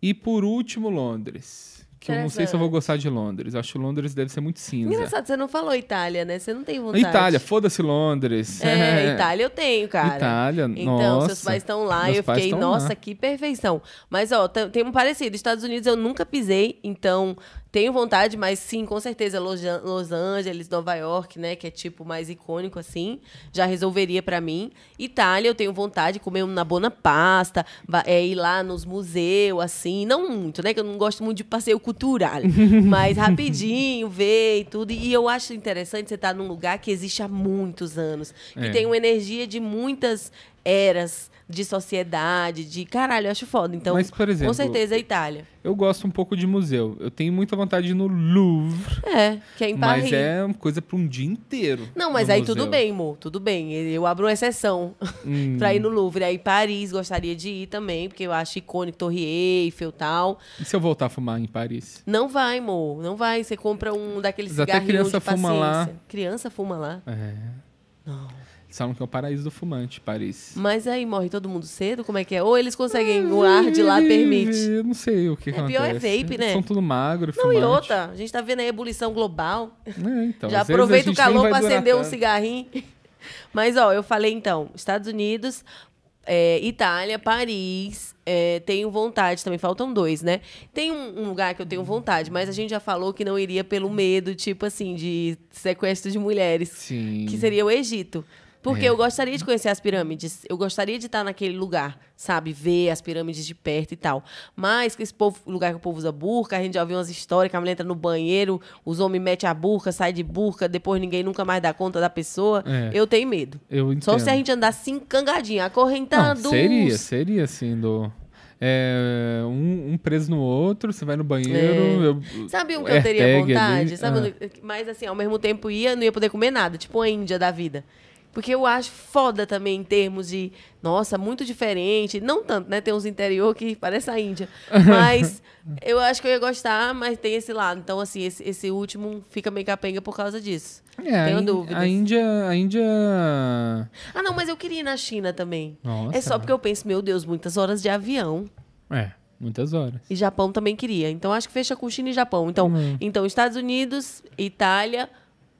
S4: e, por último, Londres. Que eu não sei se eu vou
S3: Interessante.
S4: gostar de Londres. Acho que Londres deve ser muito cinza.
S3: Engraçado, você não falou Itália, né? Você não tem vontade.
S4: Itália, foda-se Londres. (laughs)
S3: É, Itália eu tenho, cara.
S4: Itália,
S3: Então,
S4: nossa.
S3: seus pais estão lá
S4: Meus
S3: eu
S4: pais
S3: fiquei,
S4: estão
S3: nossa,
S4: lá.
S3: que perfeição. Mas, ó, tem tem um parecido. Estados Unidos eu nunca pisei, então tenho vontade, mas sim, com certeza, Los, An- Los Angeles, Nova York, né, que é tipo mais icônico assim, já resolveria pra mim. Itália eu tenho vontade de comer uma bona pasta, va- é, ir lá nos museus, assim, não muito, né, que eu não gosto muito de
S4: (laughs)
S3: passeio cultural, mas rapidinho, ver e tudo. E eu acho interessante você estar num lugar que existe há muitos anos, que
S4: É.
S3: tem uma energia de muitas eras de sociedade, de caralho, eu acho foda. Então,
S4: Mas, por exemplo,
S3: com certeza é Itália.
S4: Eu gosto um pouco de museu. Eu tenho muita vontade de ir no Louvre,
S3: É, que é em Paris.
S4: mas é uma coisa para um dia inteiro.
S3: Não, mas
S4: no
S3: aí
S4: museu.
S3: tudo bem, amor, tudo bem. Eu abro uma exceção (laughs)
S4: Hum.
S3: pra ir no Louvre. Aí Paris gostaria de ir também, porque eu acho icônico Torre Eiffel e tal.
S4: E se eu voltar a fumar em Paris?
S3: Não vai, amor, não vai. Você compra um daqueles
S4: Mas até
S3: cigarrinhos
S4: criança
S3: de
S4: fuma
S3: paciência.
S4: lá.
S3: Criança fuma lá.
S4: É.
S3: Não.
S4: Eles falam que é o paraíso do fumante, Paris.
S3: Mas aí morre todo mundo cedo, como é que é? Ou eles conseguem, o ar de lá permite.
S4: Eu não sei o que
S3: É,
S4: acontece.
S3: pior é vape, né?
S4: São tudo magro,
S3: Não,
S4: fumante.
S3: e outra, a gente tá vendo aí a ebulição global.
S4: É, então,
S3: Já
S4: às vezes a
S3: aproveita o
S4: gente nem
S3: calor
S4: vai
S3: pra
S4: durar
S3: acender um
S4: tanto.
S3: cigarrinho. (laughs) Mas, ó, eu falei então: Estados Unidos, é, Itália, Paris. é, tenho vontade também, faltam dois, né? Tem um, um lugar que eu tenho vontade, mas a gente já falou que não iria pelo medo, tipo assim, de sequestro de mulheres,
S4: Sim. É.
S3: que seria o Egito. Porque eu gostaria de conhecer as pirâmides, eu gostaria de estar naquele lugar, sabe? Ver as pirâmides de perto e tal. Mas que esse povo, lugar que o povo usa burca, a gente já ouviu umas histórias que a mulher entra no banheiro, os homens metem a burca, sai de burca, depois ninguém nunca mais dá conta da pessoa.
S4: É.
S3: Eu tenho medo.
S4: Eu entendo.
S3: Só se a gente andar assim, cangadinha,
S4: Não,
S3: acorrentado.
S4: seria, seria assim, do... É, um, um preso no outro, você vai no banheiro... eu-
S3: Sabe um que eu
S4: air
S3: teria
S4: tag
S3: vontade?
S4: É ali,
S3: Sabe
S4: ah.
S3: onde- Mas assim, ao mesmo tempo ia, não ia poder comer nada, tipo a Índia da vida. Porque eu acho foda também em termos de, nossa, muito diferente. Não tanto, né? Tem uns interior que (laughs) parece a Índia.
S4: (laughs)
S3: Mas eu acho que eu ia gostar, mas tem esse lado. Então, assim, esse, esse último fica meio capenga por causa disso.
S4: É, a
S3: Tenho
S4: Ín-
S3: dúvidas.
S4: A Índia... A Índia...
S3: Ah, não, mas eu queria ir na China também.
S4: Nossa,
S3: é só porque eu penso, meu Deus, muitas horas de avião.
S4: É, muitas horas.
S3: E Japão também queria. Então acho que fecha com China e Japão. Então, então Estados Unidos, Itália,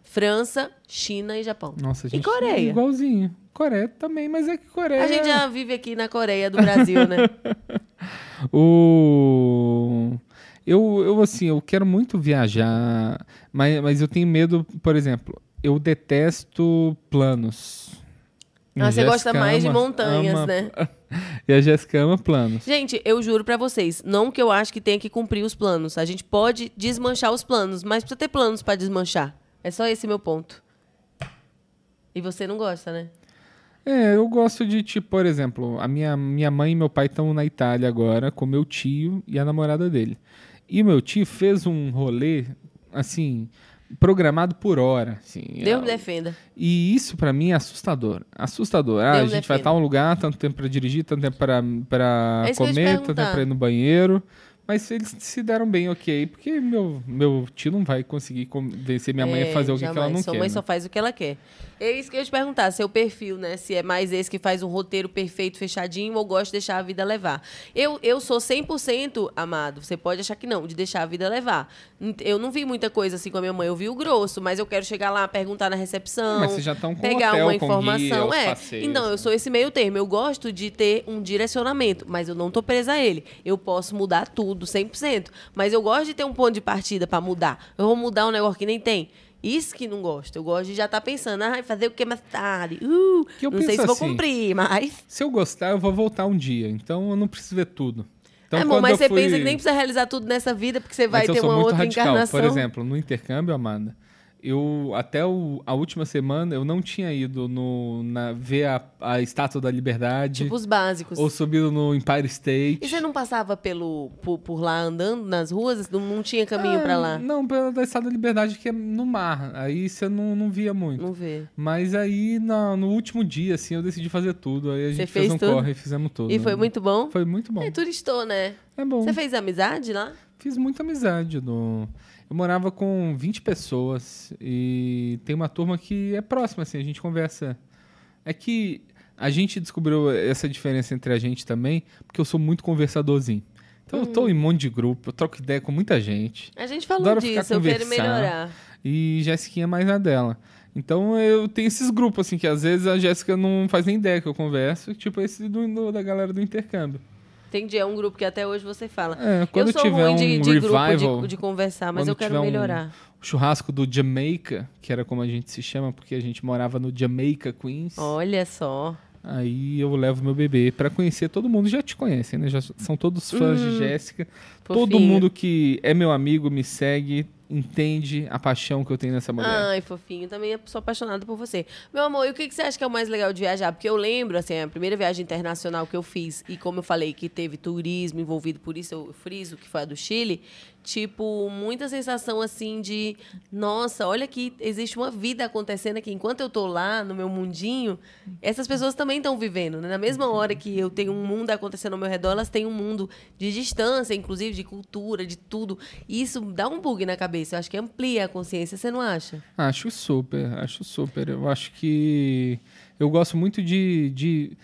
S3: França, China e Japão.
S4: Nossa, gente.
S3: E Coreia.
S4: Igualzinho. Coreia também, mas é que Coreia...
S3: A gente já vive aqui na Coreia do
S4: (laughs)
S3: Brasil, né?
S4: O... Eu, eu, assim, eu quero muito viajar, mas, mas eu tenho medo, por exemplo, eu detesto planos.
S3: Ah,
S4: A
S3: você gosta
S4: Jéssica
S3: mais de
S4: ama-
S3: montanhas,
S4: ama-
S3: né?
S4: E a Jéssica ama planos.
S3: Gente, eu juro pra vocês, não que eu acho que tenha que cumprir os planos. A gente pode desmanchar os planos, mas precisa ter planos pra desmanchar. É só esse meu ponto. E você não gosta, né?
S4: É, eu gosto de, tipo, por exemplo, a minha, minha mãe e meu pai estão na Itália agora com meu tio e a namorada dele. E meu tio fez um rolê, assim, programado por hora. Assim,
S3: Deus
S4: é,
S3: me defenda.
S4: E isso pra mim é assustador. Assustador. Ah,
S3: Deus
S4: a
S3: defenda.
S4: gente vai estar um lugar, tanto tempo pra dirigir, tanto tempo pra, pra
S3: É isso que eu ia te
S4: comer, tanto
S3: perguntar.
S4: tempo pra ir no banheiro. Mas eles se deram bem, ok. Porque meu, meu tio não vai conseguir convencer minha mãe
S3: É,
S4: a fazer o que que ela
S3: jamais.
S4: não
S3: Sua
S4: quer.
S3: mãe
S4: né?
S3: só faz o que ela quer. É isso que eu ia te perguntar, seu perfil, né? Se é mais esse que faz um roteiro perfeito, fechadinho, ou gosta de deixar a vida levar. Eu, eu sou 100% amado, você pode achar que não, de deixar a vida levar. N- Eu não vi muita coisa assim com a minha mãe, eu vi o grosso, mas eu quero chegar lá, perguntar na recepção,
S4: Mas vocês já estão com
S3: pegar
S4: hotel,
S3: uma
S4: com
S3: informação.
S4: guia, os
S3: é,
S4: passeios,
S3: então, eu
S4: né?
S3: sou esse meio termo. Eu gosto de ter um direcionamento, mas eu não tô presa a ele. Eu posso mudar tudo, 100%. Mas eu gosto de ter um ponto de partida pra mudar. Eu vou mudar um negócio que nem tem. Isso que não gosto. Eu gosto de já estar pensando, ai, fazer o que mais tarde. Uh,
S4: Que eu
S3: não sei
S4: penso
S3: se vou
S4: assim,
S3: cumprir, mas.
S4: Se eu gostar, eu vou voltar um dia. Então eu não preciso ver tudo. Então,
S3: é, amor,
S4: quando
S3: mas
S4: eu
S3: você
S4: fui-
S3: pensa que nem precisa realizar tudo nessa vida, porque você vai
S4: Mas eu
S3: ter
S4: sou
S3: uma
S4: muito
S3: outra
S4: radical.
S3: encarnação.
S4: Por exemplo, no intercâmbio, Amanda, eu até o- a última semana eu não tinha ido no, na, ver a, a Estátua da Liberdade.
S3: Tipo os básicos.
S4: Ou subido no Empire State.
S3: E você não passava pelo, por, por lá andando nas ruas? Não, não tinha caminho
S4: Ah,
S3: pra lá?
S4: Não, pela da Estátua da Liberdade, que é no mar. Aí você não, não via muito.
S3: Não vê.
S4: Mas aí, na- no último dia, assim, eu decidi fazer tudo. Aí a gente
S3: fez
S4: um
S3: tudo?
S4: corre e fizemos tudo.
S3: E foi muito bom?
S4: Foi muito bom.
S3: É, turistou, né?
S4: É bom.
S3: Você fez amizade lá?
S4: Fiz muita amizade. No... Eu morava com 20 pessoas e tem uma turma que é próxima, assim, a gente conversa. É que A gente descobriu essa diferença entre a gente também, porque eu sou muito conversadorzinho. Então eu
S3: Hum.
S4: tô em um monte de grupo, eu troco ideia com muita gente.
S3: A gente falou
S4: Adoro ficar
S3: disso, eu quero
S4: conversando.
S3: melhorar.
S4: E Jéssica é mais na dela. Então eu tenho esses grupos, assim, que às vezes a Jéssica não faz nem ideia que eu converso, tipo esse do- do- da galera do intercâmbio.
S3: Entendi, é um grupo que até hoje você fala.
S4: É, quando
S3: eu sou
S4: tiver
S3: ruim de,
S4: um
S3: de grupo,
S4: revival,
S3: de, de conversar, mas
S4: quando
S3: eu quero
S4: tiver um-
S3: melhorar.
S4: O churrasco do Jamaica, que era como a gente se chama, porque a gente morava no Jamaica, Queens.
S3: Olha só.
S4: Aí eu levo meu bebê pra conhecer todo mundo. Já te conhecem, né? Já são todos fãs de Jéssica. Todo
S3: fofinho.
S4: mundo que é meu amigo, me segue, entende a paixão que eu tenho nessa mulher.
S3: Ai, fofinho, também sou apaixonada por você. Meu amor, e o que, que você acha que é o mais legal de viajar? Porque eu lembro, assim, a primeira viagem internacional que eu fiz, e como eu falei que teve turismo envolvido, por isso eu friso, que foi a do Chile, tipo, muita sensação, assim, de nossa, olha que existe uma vida acontecendo aqui. Enquanto eu tô lá, no meu mundinho, essas pessoas também estão vivendo, né? Na mesma hora que eu tenho um mundo acontecendo ao meu redor, elas têm um mundo de distância, inclusive, de cultura, de tudo. E isso dá um bug na cabeça. Eu acho que amplia a consciência, você não acha?
S4: Acho super, acho super. Eu acho que eu gosto muito de, de.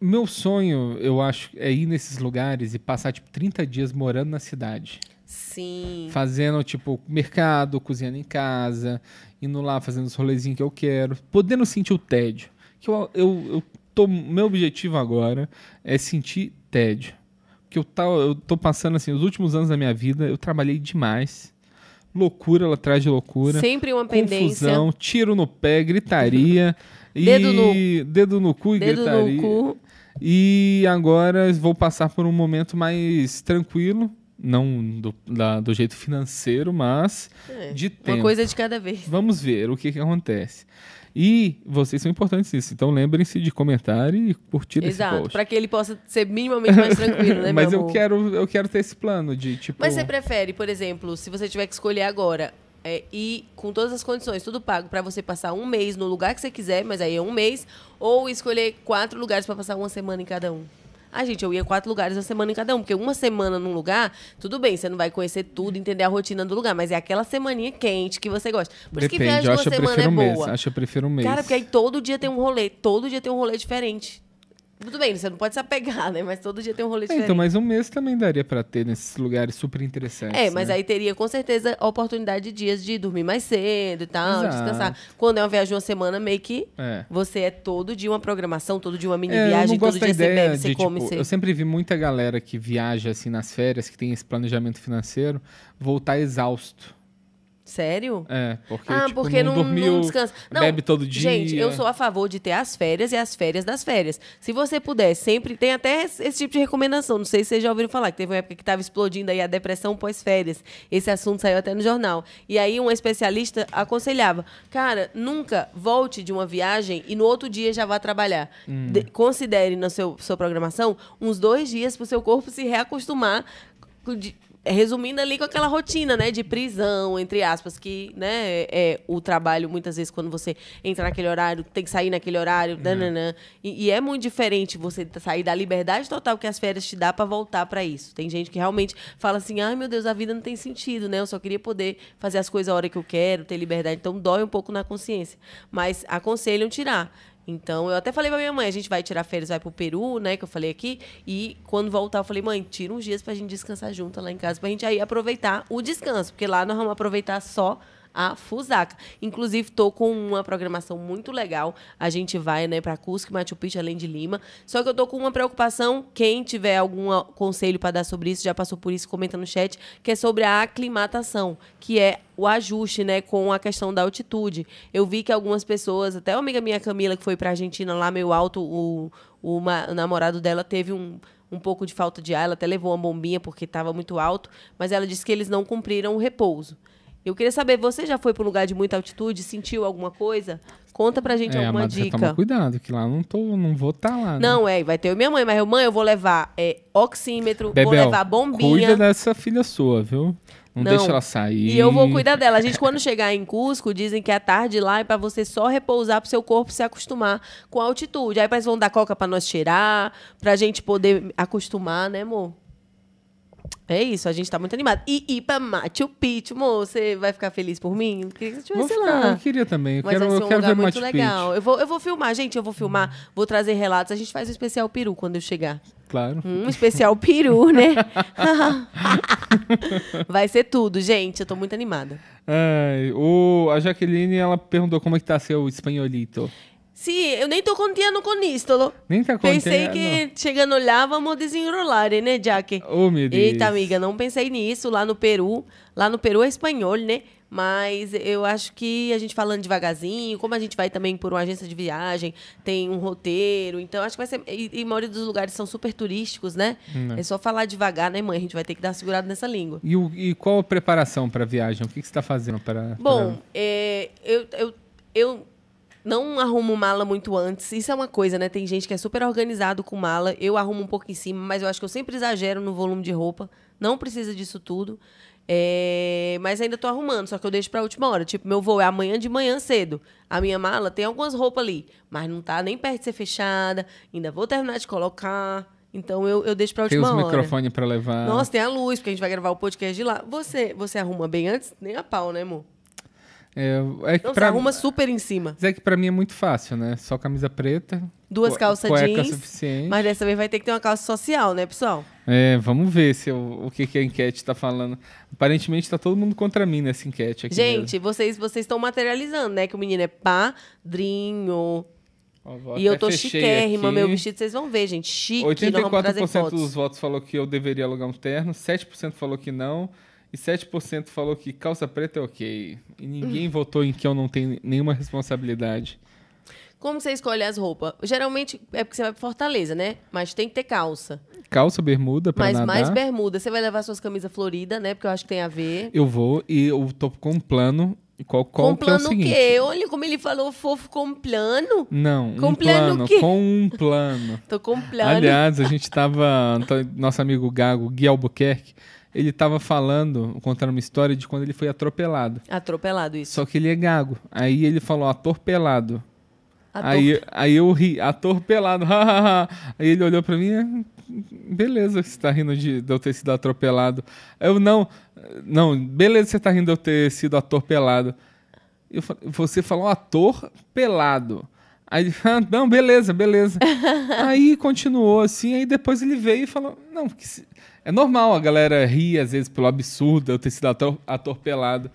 S4: Meu sonho, eu acho, é ir nesses lugares e passar, tipo, 30 dias morando na cidade.
S3: Sim.
S4: Fazendo, tipo, mercado, cozinhando em casa, indo lá fazendo os rolezinhos que eu quero, podendo sentir o tédio. Que eu, eu, eu tô, meu objetivo agora é sentir tédio. Porque eu, tá, eu tô passando, assim, os últimos anos da minha vida, eu trabalhei demais. Loucura, ela traz de loucura.
S3: Sempre uma pendência.
S4: Confusão, tiro no pé, gritaria. e...
S3: Dedo
S4: Dedo no cu e
S3: Dedo
S4: gritaria.
S3: no cu.
S4: E agora vou passar por um momento mais tranquilo. Não do, da- do jeito financeiro, mas
S3: É,
S4: de tempo.
S3: Uma coisa de cada vez.
S4: Vamos ver o que, que acontece. E vocês são importantes nisso, então lembrem-se de comentar e curtir esse
S3: Exato.
S4: post.
S3: Pra que ele possa ser minimamente mais tranquilo,
S4: (laughs)
S3: né,
S4: Mas
S3: meu
S4: eu
S3: amor?
S4: quero, eu quero ter esse plano de tipo.
S3: Mas você prefere, por exemplo, se você tiver que escolher agora é, ir com todas as condições, tudo pago, pra você passar um mês no lugar que você quiser, mas aí é um mês, ou escolher quatro lugares pra passar uma semana em cada um? Ah, gente, eu ia quatro lugares uma semana em cada um, porque uma semana num lugar, tudo bem, você não vai conhecer tudo, entender a rotina do lugar, mas é aquela semaninha quente que você gosta. Por isso que
S4: Depende,
S3: viagem de
S4: eu
S3: uma
S4: acho que eu
S3: semana é
S4: prefiro um mês.
S3: boa.
S4: Acho que eu prefiro um mês.
S3: Cara, porque aí todo dia tem um rolê. Todo dia tem um rolê diferente. Tudo bem, você não pode se apegar, né? Mas todo dia tem um rolê
S4: É,
S3: diferente.
S4: então, mas um mês também daria pra ter nesses lugares super interessantes.
S3: É, mas
S4: né?
S3: aí teria com certeza a oportunidade de dias de dormir mais cedo e tal,
S4: Exato.
S3: descansar. Quando é uma viagem de uma semana, meio que
S4: É.
S3: você é todo dia uma programação, todo dia uma mini
S4: É, eu não
S3: viagem, todo
S4: gosto da
S3: dia você
S4: ideia
S3: bebe,
S4: de,
S3: você come,
S4: tipo,
S3: você.
S4: Eu sempre vi muita galera que viaja assim nas férias, que tem esse planejamento financeiro, voltar exausto.
S3: Sério?
S4: É, porque,
S3: ah,
S4: tipo,
S3: porque
S4: não,
S3: não,
S4: dormiu,
S3: não descansa. Não,
S4: bebe todo dia.
S3: Gente, eu sou a favor de ter as férias e as férias das férias. Se você puder, sempre tem até esse esse tipo de recomendação. Não sei se vocês já ouviram falar, que teve uma época que estava explodindo aí a depressão pós-férias. Esse assunto saiu até no jornal. E aí um especialista aconselhava: cara, nunca volte de uma viagem e no outro dia já vá trabalhar.
S4: Hum.
S3: De- considere na seu, sua programação uns dois dias para o seu corpo se reacostumar. com- de- resumindo ali com aquela rotina, né, de prisão, entre aspas, que, né, é o trabalho muitas vezes quando você entra naquele horário, tem que sair naquele horário, dananã, e, e é muito diferente você t- sair da liberdade total que as férias te dá pra voltar pra isso. Tem gente que realmente fala assim, ai meu Deus, a vida não tem sentido, né, eu só queria poder fazer as coisas a hora que eu quero, ter liberdade, então dói um pouco na consciência, mas aconselham tirar. Então, eu até falei pra minha mãe, a gente vai tirar férias, vai pro Peru, né, que eu falei aqui. E quando voltar, eu falei, mãe, tira uns dias pra gente descansar junto lá em casa, pra gente aí aproveitar o descanso. Porque lá nós vamos aproveitar só a Fusaca. Inclusive, tô com uma programação muito legal. A gente vai, né, pra Cusco, Machu Picchu, além de Lima. Só que eu tô com uma preocupação, quem tiver algum ah, conselho pra dar sobre isso, já passou por isso, comenta no chat, que é sobre a aclimatação, que é o ajuste, né, com a questão da altitude. Eu vi que algumas pessoas, até uma amiga minha, Camila, que foi pra Argentina lá meio alto, o, o ma- o namorado dela teve um, um pouco de falta de ar, ela até levou uma bombinha porque estava muito alto, mas ela disse que eles não cumpriram o repouso. Eu queria saber, você já foi para um lugar de muita altitude, sentiu alguma coisa? Conta pra gente
S4: é,
S3: alguma
S4: amado, você
S3: dica.
S4: Toma cuidado, que lá eu não, tô, não vou estar lá. né?
S3: Não, é, vai ter eu e minha mãe, mas eu, mãe, eu vou levar é, oxímetro, vou
S4: Bebel,
S3: levar
S4: cuida
S3: bombinha.
S4: dessa filha sua, viu? Não,
S3: Não.
S4: deixa ela sair.
S3: E
S4: (laughs)
S3: eu vou cuidar dela. A gente, quando chegar em Cusco, dizem que a tarde lá é pra você só repousar pro seu corpo se acostumar com a altitude. Aí eles vão dar coca pra nós tirar, pra gente poder acostumar, né, amor? É isso, a gente tá muito animado. E ir pra Machu Picchu, moço, você vai ficar feliz por mim? Eu queria que você
S4: Vou
S3: estivesse
S4: ficar,
S3: lá.
S4: eu queria também. Eu
S3: Mas
S4: quero,
S3: vai ser
S4: eu
S3: um
S4: quero
S3: lugar
S4: ver
S3: muito
S4: Machu
S3: legal. Eu vou, eu vou filmar, gente, eu vou filmar, vou trazer relatos. A gente faz um especial peru quando eu chegar.
S4: Picchu. Claro.
S3: Um especial peru,
S4: (laughs)
S3: né? (laughs) vai ser tudo, gente. Eu tô muito animada.
S4: Ai, o, a Jaqueline, ela perguntou como é que tá seu espanholito.
S3: Sim, eu nem tô contando com isto.
S4: Nem tá contando.
S3: Pensei que chegando lá, vamos desenrolar, né, Jaque?
S4: Oh, meu Deus.
S3: Eita, amiga, não pensei nisso lá no Peru. Lá no Peru é espanhol, né? Mas eu acho que a gente falando devagarzinho, como a gente vai também por uma agência de viagem, tem um roteiro, então acho que vai ser. E, e a maioria dos lugares são super turísticos, né? É só falar devagar, né, mãe? A gente vai ter que dar segurado nessa língua.
S4: E, o- e qual a preparação para a viagem? O que, que você está fazendo para.
S3: Bom, é, eu, eu, eu não arrumo mala muito antes. Isso é uma coisa, né? Tem gente que é super organizado com mala. Eu arrumo um pouco em cima, mas eu acho que eu sempre exagero no volume de roupa. Não precisa disso tudo. É, mas ainda tô arrumando, só que eu deixo pra última hora. Tipo, meu voo é amanhã de manhã cedo. A minha mala tem algumas roupas ali, mas não tá nem perto de ser fechada. Ainda vou terminar de colocar. Então eu, eu deixo pra
S4: tem
S3: última
S4: os Ah.
S3: hora.
S4: microfones para levar.
S3: Nossa, tem a luz, porque a gente vai gravar o podcast de lá. Você, você arruma bem antes? Nem a pau, né, amor?
S4: É, é que
S3: Não,
S4: pra,
S3: Então você arruma super em cima.
S4: Mas é que para mim é muito fácil, né? Só camisa preta.
S3: Duas
S4: cu-
S3: calças
S4: cueca
S3: jeans.
S4: suficiente.
S3: Mas dessa vez vai ter que ter uma calça social, né, pessoal?
S4: É, vamos ver se eu- o que, que a enquete está falando. Aparentemente está todo mundo contra mim nessa enquete aqui. né? mesmo.
S3: Gente, vocês vocês estão materializando, né? Que o menino é padrinho.
S4: Ó, vou
S3: e eu
S4: até
S3: tô
S4: fechei
S3: chiquérrima,
S4: aqui.
S3: meu vestido, vocês vão ver, gente. Chique, nós vamos trazer
S4: 84%
S3: fotos.
S4: dos votos falou que eu deveria alugar um terno, 7% falou que não, e 7% falou que calça preta é ok. E
S3: (laughs)
S4: ninguém votou em que eu não tenho nenhuma responsabilidade.
S3: Como você escolhe as roupas? Geralmente é porque você vai pra Fortaleza, né? Mas tem que ter calça.
S4: Calça, bermuda, pra
S3: Mas
S4: nadar.
S3: mais bermuda. Você vai levar suas camisas floridas, né? Porque eu acho que tem a ver.
S4: Eu vou e eu tô com um plano. e Qual, qual
S3: com
S4: que é o
S3: plano
S4: seguinte?
S3: quê? Olha como ele falou fofo com plano.
S4: Não,
S3: Com
S4: um
S3: plano o
S4: plano.
S3: quê?
S4: Com um
S3: (laughs)
S4: plano.
S3: Tô com plano.
S4: Aliás, a gente tava. Antônio- Nosso amigo Gago, Gui Albuquerque, ele tava falando, contando uma história de quando ele foi atropelado.
S3: Atropelado isso.
S4: Só que ele é gago. Aí ele falou atorpelado.
S3: Ator-
S4: Aí, aí eu ri, atropelado. (laughs) ha, ha, ha. aí ele olhou pra mim, "É, beleza, você tá rindo de, de eu ter sido atropelado. Eu não, não, beleza, você tá rindo de eu ter sido atropelado. Eu, fa- você falou ator pelado. Aí ele, "Ah, não, beleza, beleza. aí continuou assim, aí depois ele veio e falou, não, que se- é normal a galera rir às vezes pelo absurdo de eu ter sido ator, ator pelado.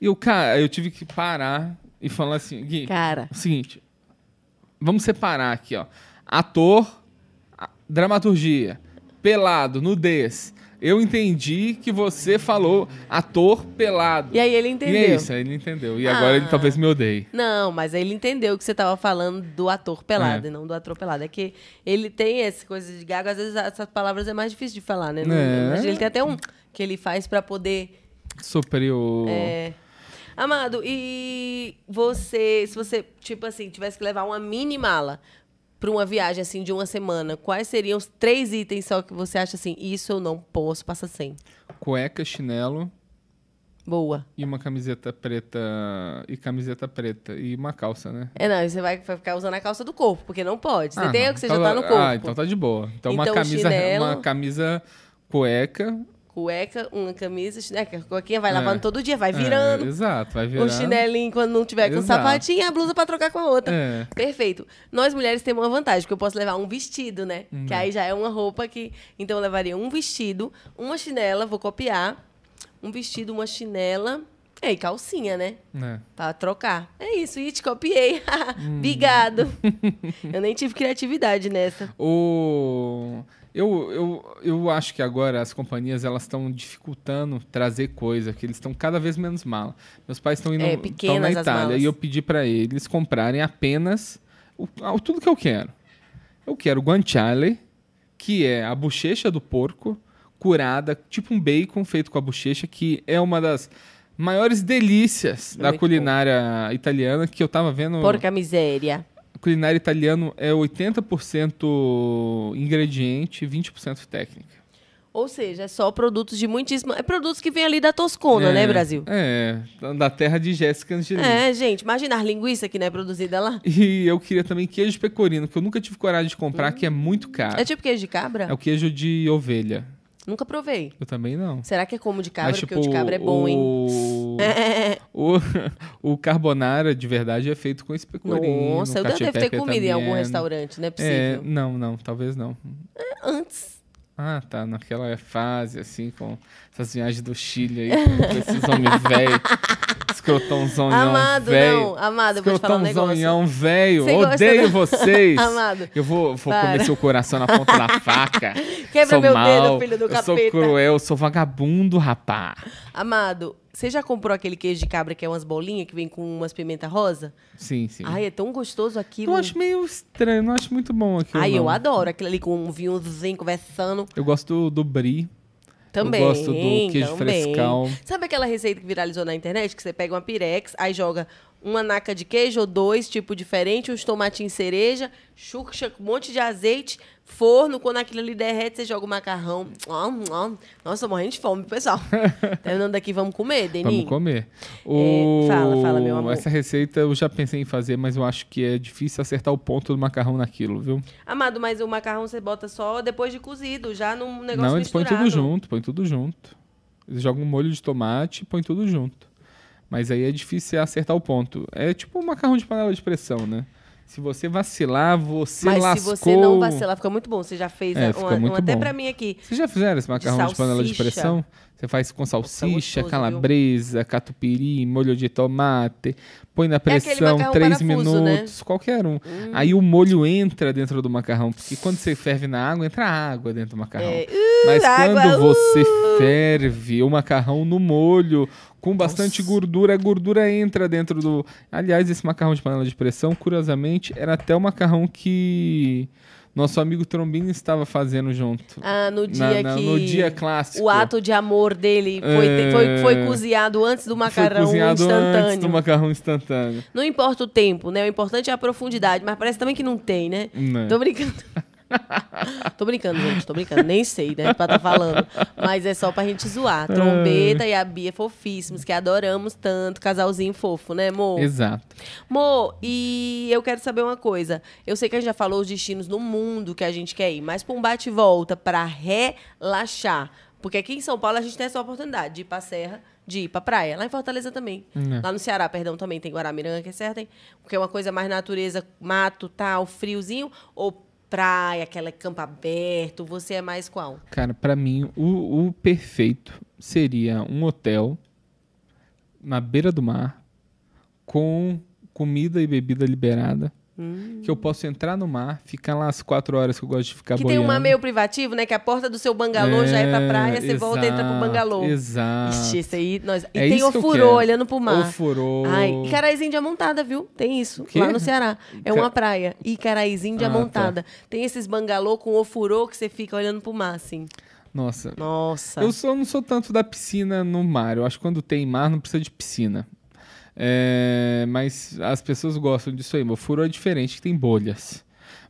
S4: E eu, cara, eu tive que parar e falar assim, Gui,
S3: Cara.
S4: o seguinte, vamos separar aqui, ó. Ator, a- dramaturgia, pelado, nudez. Eu entendi que você falou ator pelado.
S3: E aí ele
S4: E
S3: entendeu.
S4: é isso, aí ele entendeu. E
S3: Ah.
S4: agora ele talvez me odeie.
S3: Não, mas aí ele entendeu que você tava falando do ator pelado
S4: É.
S3: e não do atropelado. É que ele tem essa coisa de gago, às vezes essas palavras é mais difícil de falar, né? Não-
S4: É.
S3: mas Ele tem até um que ele faz pra poder.
S4: Superior.
S3: é. Amado, e você, se você, tipo assim, tivesse que levar uma mini mala pra uma viagem assim de uma semana, quais seriam os três itens só que você acha assim, isso eu não posso passar sem?
S4: Cueca, chinelo
S3: Boa.
S4: e uma camiseta preta. E camiseta preta. E uma calça, né?
S3: É, não, e você vai vai ficar usando a calça do corpo, porque não pode. Você
S4: Ah,
S3: tem
S4: não.
S3: que você já
S4: Então-
S3: tá no corpo.
S4: Ah, então tá de boa. Então, uma
S3: Então,
S4: camisa.
S3: chinelo.
S4: Uma camisa cueca.
S3: cueca, uma camisa, chinelo, que a cuequinha vai
S4: É.
S3: lavando todo dia, vai
S4: É,
S3: virando.
S4: exato, vai
S3: o
S4: virando.
S3: chinelinho, quando não tiver com
S4: Exato.
S3: sapatinho, a blusa pra trocar com a outra.
S4: É.
S3: Perfeito. Nós mulheres temos uma vantagem, porque eu posso levar um vestido, né?
S4: Hum.
S3: Que aí já é uma roupa que. Então eu levaria um vestido, uma chinela, vou copiar. Um vestido, uma chinela. É, e calcinha, né?
S4: É.
S3: Pra trocar. É isso, e te copiei. (laughs)
S4: Hum. (laughs)
S3: Obrigado. eu nem tive criatividade nessa.
S4: O... Eu, eu, eu acho que agora as companhias elas estão dificultando trazer coisa, que eles estão cada vez menos mala. Meus pais estão indo
S3: É,
S4: tão na
S3: pequenas as
S4: Itália
S3: malas.
S4: e eu pedi para eles comprarem apenas o, ah, tudo que eu quero. Eu quero guanciale, que é a bochecha do porco curada, tipo um bacon feito com a bochecha, que é uma das maiores delícias
S3: É
S4: da
S3: muito bom.
S4: culinária italiana que eu tava vendo.
S3: Porca miséria.
S4: A culinária italiano é 80% ingrediente e 20% técnica.
S3: Ou seja, é só produtos de muitíssimo. É produtos que vem ali da Toscona,
S4: é,
S3: né, Brasil?
S4: É, da terra de Jéssica Angelini.
S3: É, gente, imagina a linguiça que não é produzida lá.
S4: E eu queria também queijo pecorino, que eu nunca tive coragem de comprar, que é muito caro.
S3: É tipo queijo de cabra?
S4: É o queijo de ovelha.
S3: Nunca provei.
S4: Eu também não.
S3: Será que é como de cabra?
S4: Mas, tipo,
S3: Porque o de cabra é bom, hein?
S4: o... O, o carbonara de verdade é feito com especulinho.
S3: Nossa, eu devo ter comido em algum restaurante, não é
S4: É,
S3: possível.
S4: não, não, talvez não.
S3: Antes.
S4: Ah, tá, naquela fase, assim, com essas viagens do Chile aí, com esses homens
S3: (laughs)
S4: velhos, escrotãozão
S3: Amado,
S4: velho.
S3: não. Amado, eu vou te falar um negócio.
S4: Escrotãozão velho,
S3: Você gosta
S4: odeio
S3: da-
S4: vocês.
S3: (laughs) Amado,
S4: Eu vou, vou
S3: para.
S4: comer seu coração na ponta da faca.
S3: (laughs) Quebra
S4: sou
S3: meu
S4: mau,
S3: dedo, filho do
S4: eu sou
S3: capeta.
S4: cruel, sou vagabundo, rapá.
S3: Amado, você já comprou aquele queijo de cabra que é umas bolinhas que vem com umas pimenta rosa?
S4: Sim, sim.
S3: Ai, é tão gostoso aquilo.
S4: eu acho meio estranho, não acho muito bom aquilo.
S3: Ai, eu
S4: não.
S3: adoro aquilo ali com um vinhozinho conversando.
S4: Eu gosto do, do brie.
S3: Também.
S4: Eu gosto do queijo
S3: também.
S4: frescal.
S3: Sabe aquela receita que viralizou na internet? Que você pega uma pirex, aí joga uma naca de queijo ou dois, tipo diferente, uns tomatinhos cereja, chuca com um monte de azeite, forno, quando aquilo ali derrete, você joga o macarrão. Nom, nom. Nossa, tô morrendo de fome,
S4: (laughs)
S3: pessoal. Terminando daqui, vamos comer, Deninho?
S4: Vamos comer.
S3: É, fala, fala, meu
S4: O-
S3: amor.
S4: Essa receita eu já pensei em fazer, mas eu acho que é difícil acertar o ponto do macarrão naquilo, viu?
S3: Amado, mas o macarrão você bota só depois de cozido, já num negócio
S4: não, eles põem
S3: misturado.
S4: tudo junto, põem tudo junto. Eles jogam um molho de tomate e põem tudo junto. Mas aí é difícil você acertar o ponto. É tipo um macarrão de panela de pressão, né? Se você vacilar, você
S3: Mas
S4: lascou.
S3: se você não vacilar, fica muito bom. Você já fez
S4: É,
S3: a-
S4: fica
S3: uma-
S4: muito
S3: um até
S4: bom.
S3: pra mim aqui.
S4: Vocês já fizeram esse macarrão de, panela de
S3: salsicha. tá
S4: pressão? Você faz com salsicha,
S3: gostoso,
S4: calabresa, catupiry, molho de tomate, põe na
S3: É aquele
S4: pressão
S3: macarrão
S4: três
S3: parafuso, né?
S4: minutos, qualquer um. Aí o molho entra dentro do macarrão, porque quando você ferve na água, entra água dentro do macarrão.
S3: É,
S4: Mas
S3: água,
S4: quando
S3: uh!
S4: você ferve o macarrão no molho, com bastante gordura, a gordura entra dentro do. Aliás, esse macarrão de panela de pressão, curiosamente, era até o macarrão que nosso amigo Trombini estava fazendo junto.
S3: Ah, no
S4: Na-
S3: dia
S4: na-
S3: que
S4: no dia clássico.
S3: o ato de amor dele foi,
S4: É.
S3: foi, foi cozinhado antes do macarrão
S4: Foi cozinhado
S3: instantâneo.
S4: antes do macarrão instantâneo.
S3: Não importa o tempo, né? O importante é a profundidade, mas parece também que não tem, né?
S4: Né?
S3: Tô brincando. tô brincando, gente, tô brincando. Nem sei, né? Pra tá falando. Mas é só pra gente zoar.
S4: É.
S3: Trombeta e a Bia fofíssimos, que adoramos tanto. Casalzinho fofo, né, amor?
S4: Exato.
S3: Mo, e eu quero saber uma coisa. Eu sei que a gente já falou os destinos no mundo que a gente quer ir, mas pra um bate e volta pra relaxar. Porque aqui em São Paulo a gente tem essa oportunidade de ir pra serra, de ir pra praia. Lá em Fortaleza também.
S4: Né.
S3: Lá no Ceará, perdão, também tem Guaramiranga, que é certo, hein? Porque é uma coisa mais natureza, mato, tal, friozinho, ou praia, aquela campo aberto. Você é mais qual?
S4: Cara, pra mim, o, o perfeito seria um hotel na beira do mar com comida e bebida liberada.
S3: Hum.
S4: Que eu posso entrar no mar, ficar lá as quatro horas que eu gosto de ficar
S3: que
S4: É boiando.
S3: tem um meio privativo, né? Que a porta do seu bangalô já é pra praia, você volta e entra pro
S4: exato,
S3: bangalô.
S4: Exato.
S3: Ixi, isso aí. Nós... E
S4: É
S3: tem
S4: isso
S3: o
S4: que eu
S3: furô
S4: quero.
S3: olhando pro mar.
S4: Ofurô.
S3: Ai, Icaraizinho de Amontada, viu? Tem isso.
S4: Quê?
S3: Lá no Ceará. É
S4: Ica-
S3: uma praia. Icaraizinho de
S4: Ah,
S3: Amontada. Tem esses bangalô com ofurô que você fica olhando pro mar, assim.
S4: Nossa,
S3: Nossa.
S4: Eu só não sou tanto da piscina no mar. Eu acho que quando tem mar não precisa de piscina. É, mas as pessoas gostam disso aí. Meu furo é diferente, que tem bolhas.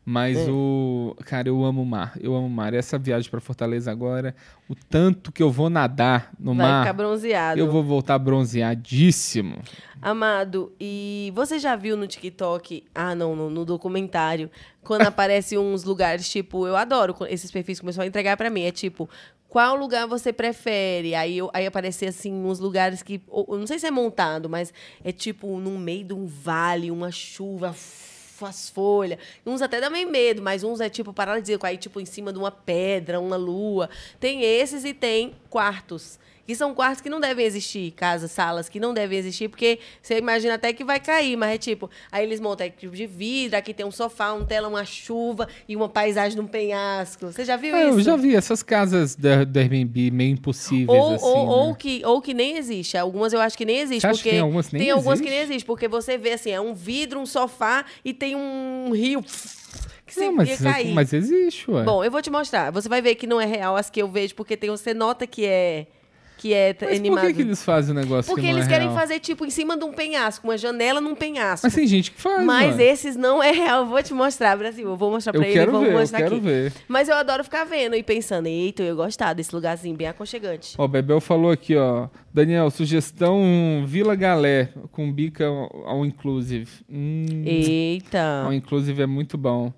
S4: Mas
S3: É.
S4: o. Cara, eu amo o mar. Eu amo o mar. Essa viagem pra Fortaleza agora, o tanto que eu vou nadar no
S3: Vai
S4: mar,
S3: ficar bronzeado.
S4: eu vou voltar bronzeadíssimo.
S3: Amado, e você já viu no TikTok? Ah, não, no, no documentário. Quando aparece uns lugares, tipo, eu adoro quando esses perfis começam a entregar pra mim. É tipo, qual lugar você prefere? Aí, eu, aí aparecer assim, uns lugares que. ou- eu não sei se é montado, mas é tipo, no meio de um vale, uma chuva. f- As folhas. Uns até dá meio medo, mas uns é tipo paralisíaco. Aí, tipo, em cima de uma pedra, uma lua. Tem esses e tem quartos. Que são quartos que não devem existir, casas, salas que não devem existir, porque você imagina até que vai cair, mas é tipo, aí eles montam aqui tipo de vidro, aqui tem um sofá, um tela, uma chuva e uma paisagem num penhasco. Você já viu
S4: Ah, eu
S3: isso?
S4: já vi essas casas da- do Airbnb meio impossíveis.
S3: Ou,
S4: assim,
S3: ou,
S4: né?
S3: ou que, ou que nem existe. Algumas eu acho que nem existe.
S4: Você acha
S3: porque
S4: que tem algumas que nem
S3: tem algumas que nem
S4: existe?
S3: existe, porque você vê assim, é um vidro, um sofá e tem um rio que se
S4: Não, mas,
S3: ia cair.
S4: mas existe, ué.
S3: Bom, eu vou te mostrar. Você vai ver que não é real as que eu vejo, porque tem, você nota que é que é
S4: mas por
S3: animado.
S4: que, que eles fazem um negócio
S3: Porque
S4: que não
S3: eles
S4: é
S3: querem
S4: real?
S3: fazer, tipo, em cima de um penhasco, uma janela num penhasco.
S4: Mas
S3: Mas,
S4: tem gente que faz. ué.
S3: esses não é real. Eu Vou te mostrar, Brasil. Eu vou mostrar
S4: Eu
S3: pra ele e
S4: quero
S3: vamos
S4: ver, eu
S3: mostrar
S4: quero
S3: aqui.
S4: ver.
S3: Mas eu adoro ficar vendo e pensando, eita, eu ia gostar desse lugarzinho bem aconchegante.
S4: Ó, o Bebel falou aqui, ó. Daniel, sugestão Vila Galé, com bica ao ao inclusive. Hum,
S3: Eita.
S4: ao inclusive é muito bom.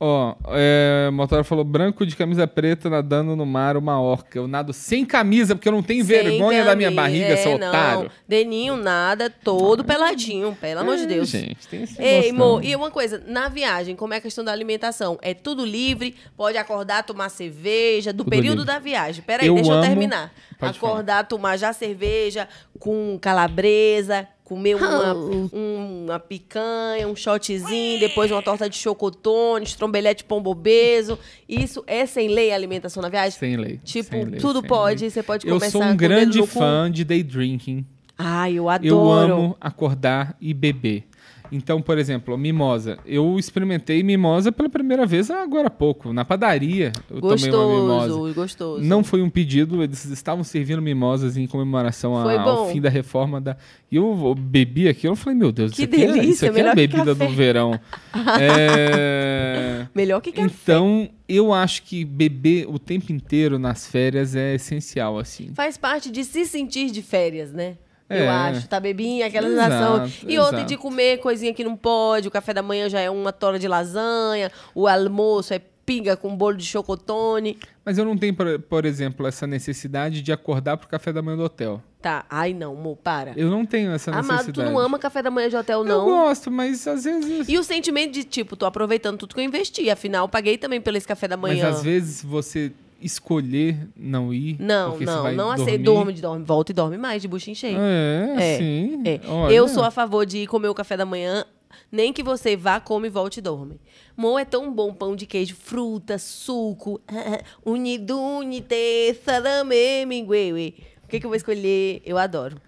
S4: Ó, é, o motora falou branco de camisa preta nadando no mar uma orca. Eu nado sem camisa porque eu não tenho
S3: Sem
S4: vergonha da minha
S3: camisa.
S4: barriga, seu
S3: não.
S4: otário.
S3: Deninho nada, todo peladinho, pelo amor de Deus.
S4: É, Gente, tem esse né?
S3: Ei,
S4: gostão.
S3: amor, e uma coisa, na viagem, como é a questão da alimentação? É tudo livre, pode acordar, tomar cerveja, do
S4: Tudo
S3: período
S4: livre.
S3: da viagem. Peraí,
S4: Eu
S3: deixa
S4: amo-
S3: eu terminar.
S4: Pode
S3: acordar, tomar já cerveja com calabresa, comer uma,
S1: Oh.
S3: um- uma picanha, um shotzinho, depois uma torta de chocotone, estrombelete pombobeso. Isso é sem lei a alimentação na viagem?
S4: Sem lei.
S3: Tipo,
S4: sem lei,
S3: tudo
S4: sem
S3: pode,
S4: lei.
S3: você pode
S4: Eu
S3: começar
S4: sou
S3: com
S4: um
S3: o dedo
S4: grande
S3: no cu.
S4: fã de day drinking.
S3: Ai, eu adoro.
S4: Eu amo acordar e beber. Então, por exemplo, mimosa. Eu experimentei mimosa pela primeira vez agora há pouco, na padaria. Eu tomei uma mimosa.
S3: Gostoso, gostoso.
S4: Não foi um pedido, eles estavam servindo mimosas em comemoração a-
S3: Foi
S4: ao
S3: bom.
S4: fim da reforma da. E eu bebi aquilo, eu falei, meu Deus,
S3: Que
S4: isso aqui é- isso
S3: delícia,
S4: aqui é
S3: melhor que
S4: bebida do
S3: (laughs)
S4: verão. É...
S3: Melhor que café.
S4: Então, eu acho que beber o tempo inteiro nas férias é essencial, assim.
S3: Faz parte de se sentir de férias, né?
S4: É.
S3: Eu acho, tá bebinho, aquela
S4: Exato,
S3: sensação. E outra
S4: exato.
S3: de comer coisinha que não pode, o café da manhã já é uma tora de lasanha, o almoço é pinga com bolo de chocotone.
S4: Mas eu não tenho, por, por exemplo, essa necessidade de acordar pro café da manhã do hotel.
S3: Tá, ai não, amor, para.
S4: Eu não tenho essa
S3: É. Amado, tu
S4: necessidade.
S3: não ama café da manhã de hotel,
S4: Eu
S3: não?
S4: gosto, mas às vezes.
S3: E o sentimento de, tipo, tô aproveitando tudo que eu investi, afinal, eu paguei também pelo esse café da
S4: Mas
S3: manhã.
S4: às vezes você escolher não ir.
S3: Não,
S4: porque você vai
S3: não, não
S4: dormir.
S3: aceito. Dorme, dorme, volta e dorme mais, de buchinho cheio.
S4: É,
S3: É,
S4: sim.
S3: É,
S4: Olha.
S3: Eu sou a favor de ir comer o café da manhã, nem que você vá, come, volte e dorme. Mo é tão bom, pão de queijo, fruta, suco, (laughs) unidunite, salame, minguewe. O que, que eu vou escolher? Eu adoro.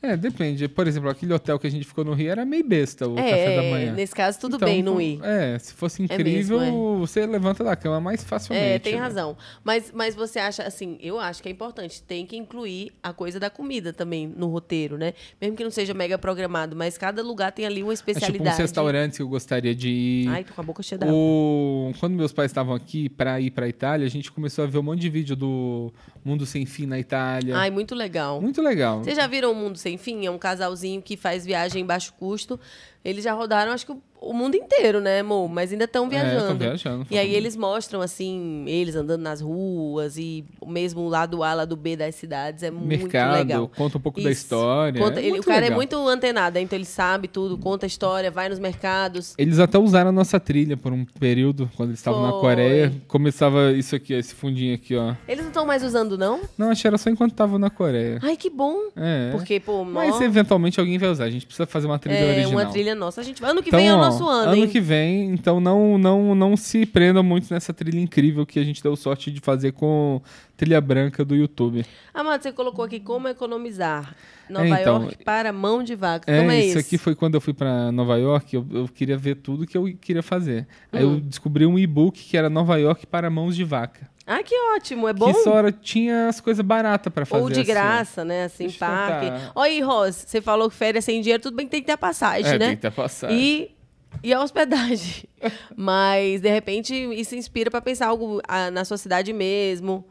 S4: É, depende. Por exemplo, aquele hotel que a gente ficou no Rio era meio besta o café da
S3: é,
S4: manhã.
S3: nesse caso, tudo
S4: Então,
S3: bem não ir.
S4: É, se fosse incrível,
S3: mesmo,
S4: você levanta da cama mais facilmente.
S3: É, tem
S4: né?
S3: razão. Mas, mas você acha, assim, eu acho que é importante, tem que incluir a coisa da comida também no roteiro, né? Mesmo que não seja mega programado, mas cada lugar tem ali uma
S4: É tipo
S3: especialidade.
S4: uns restaurantes que eu gostaria de ir.
S3: Ai, tô com a boca cheia d'água.
S4: O- Quando meus pais estavam aqui pra ir pra Itália, a gente começou a ver um monte de vídeo do Mundo Sem Fim na Itália.
S3: Ai, muito legal.
S4: Muito legal.
S3: Vocês já viram O Mundo Sem Fim? É um casalzinho que faz viagem em baixo custo. Eles já rodaram, acho que o, o mundo inteiro, né, amor? Mas ainda estão
S4: É, tão
S3: viajando.
S4: viajando.
S3: E aí eles mostram, assim, eles andando nas ruas e o mesmo lado A, lado B das cidades. É
S4: Mercado,
S3: muito legal.
S4: conta um pouco da
S3: Isso.
S4: história.
S3: Conta-
S4: é
S3: ele-
S4: muito
S3: o cara é
S4: legal.
S3: muito antenado, então ele sabe tudo, conta a história, vai nos mercados.
S4: Eles até usaram a nossa trilha por um período, quando eles estavam na
S3: Foi.
S4: Coreia. Começava isso aqui, esse fundinho aqui, ó.
S3: Eles não estão mais usando, não?
S4: Não, acho que era só enquanto estavam na Coreia.
S3: Ai, que bom!
S4: É.
S3: Porque, pô,
S4: Mas
S3: mó-
S4: eventualmente alguém vai usar. A gente precisa fazer uma trilha
S3: é
S4: original.
S3: uma trilha nossa. A gente... Ano que
S4: Então,
S3: vem é o
S4: ó,
S3: nosso ano, hein?
S4: que vem, então não, não, não se prendam muito nessa trilha incrível que a gente deu sorte de fazer com trilha branca do YouTube.
S3: Amado, você colocou aqui como economizar Nova
S4: É, então,
S3: York para mão de vaca.
S4: É,
S3: como é
S4: isso
S3: isso?
S4: aqui foi quando eu fui pra Nova York, eu, eu queria ver tudo que eu queria fazer. Aí
S3: Hum.
S4: eu descobri um e-book que era Nova York para mãos de vaca.
S3: Ah, que ótimo, é bom?
S4: Que só era- tinha as coisas baratas pra fazer.
S3: Ou de
S4: assim, ó.
S3: graça, né? Assim,
S4: Deixa eu
S3: parque.
S4: tentar.
S3: Olha aí, Ross, você falou que férias sem dinheiro, tudo bem que tem que ter a passagem,
S4: É,
S3: né?
S4: tem que ter passagem.
S3: E, e a hospedagem. (laughs) Mas, de repente, isso inspira pra pensar algo ah, na sua cidade mesmo.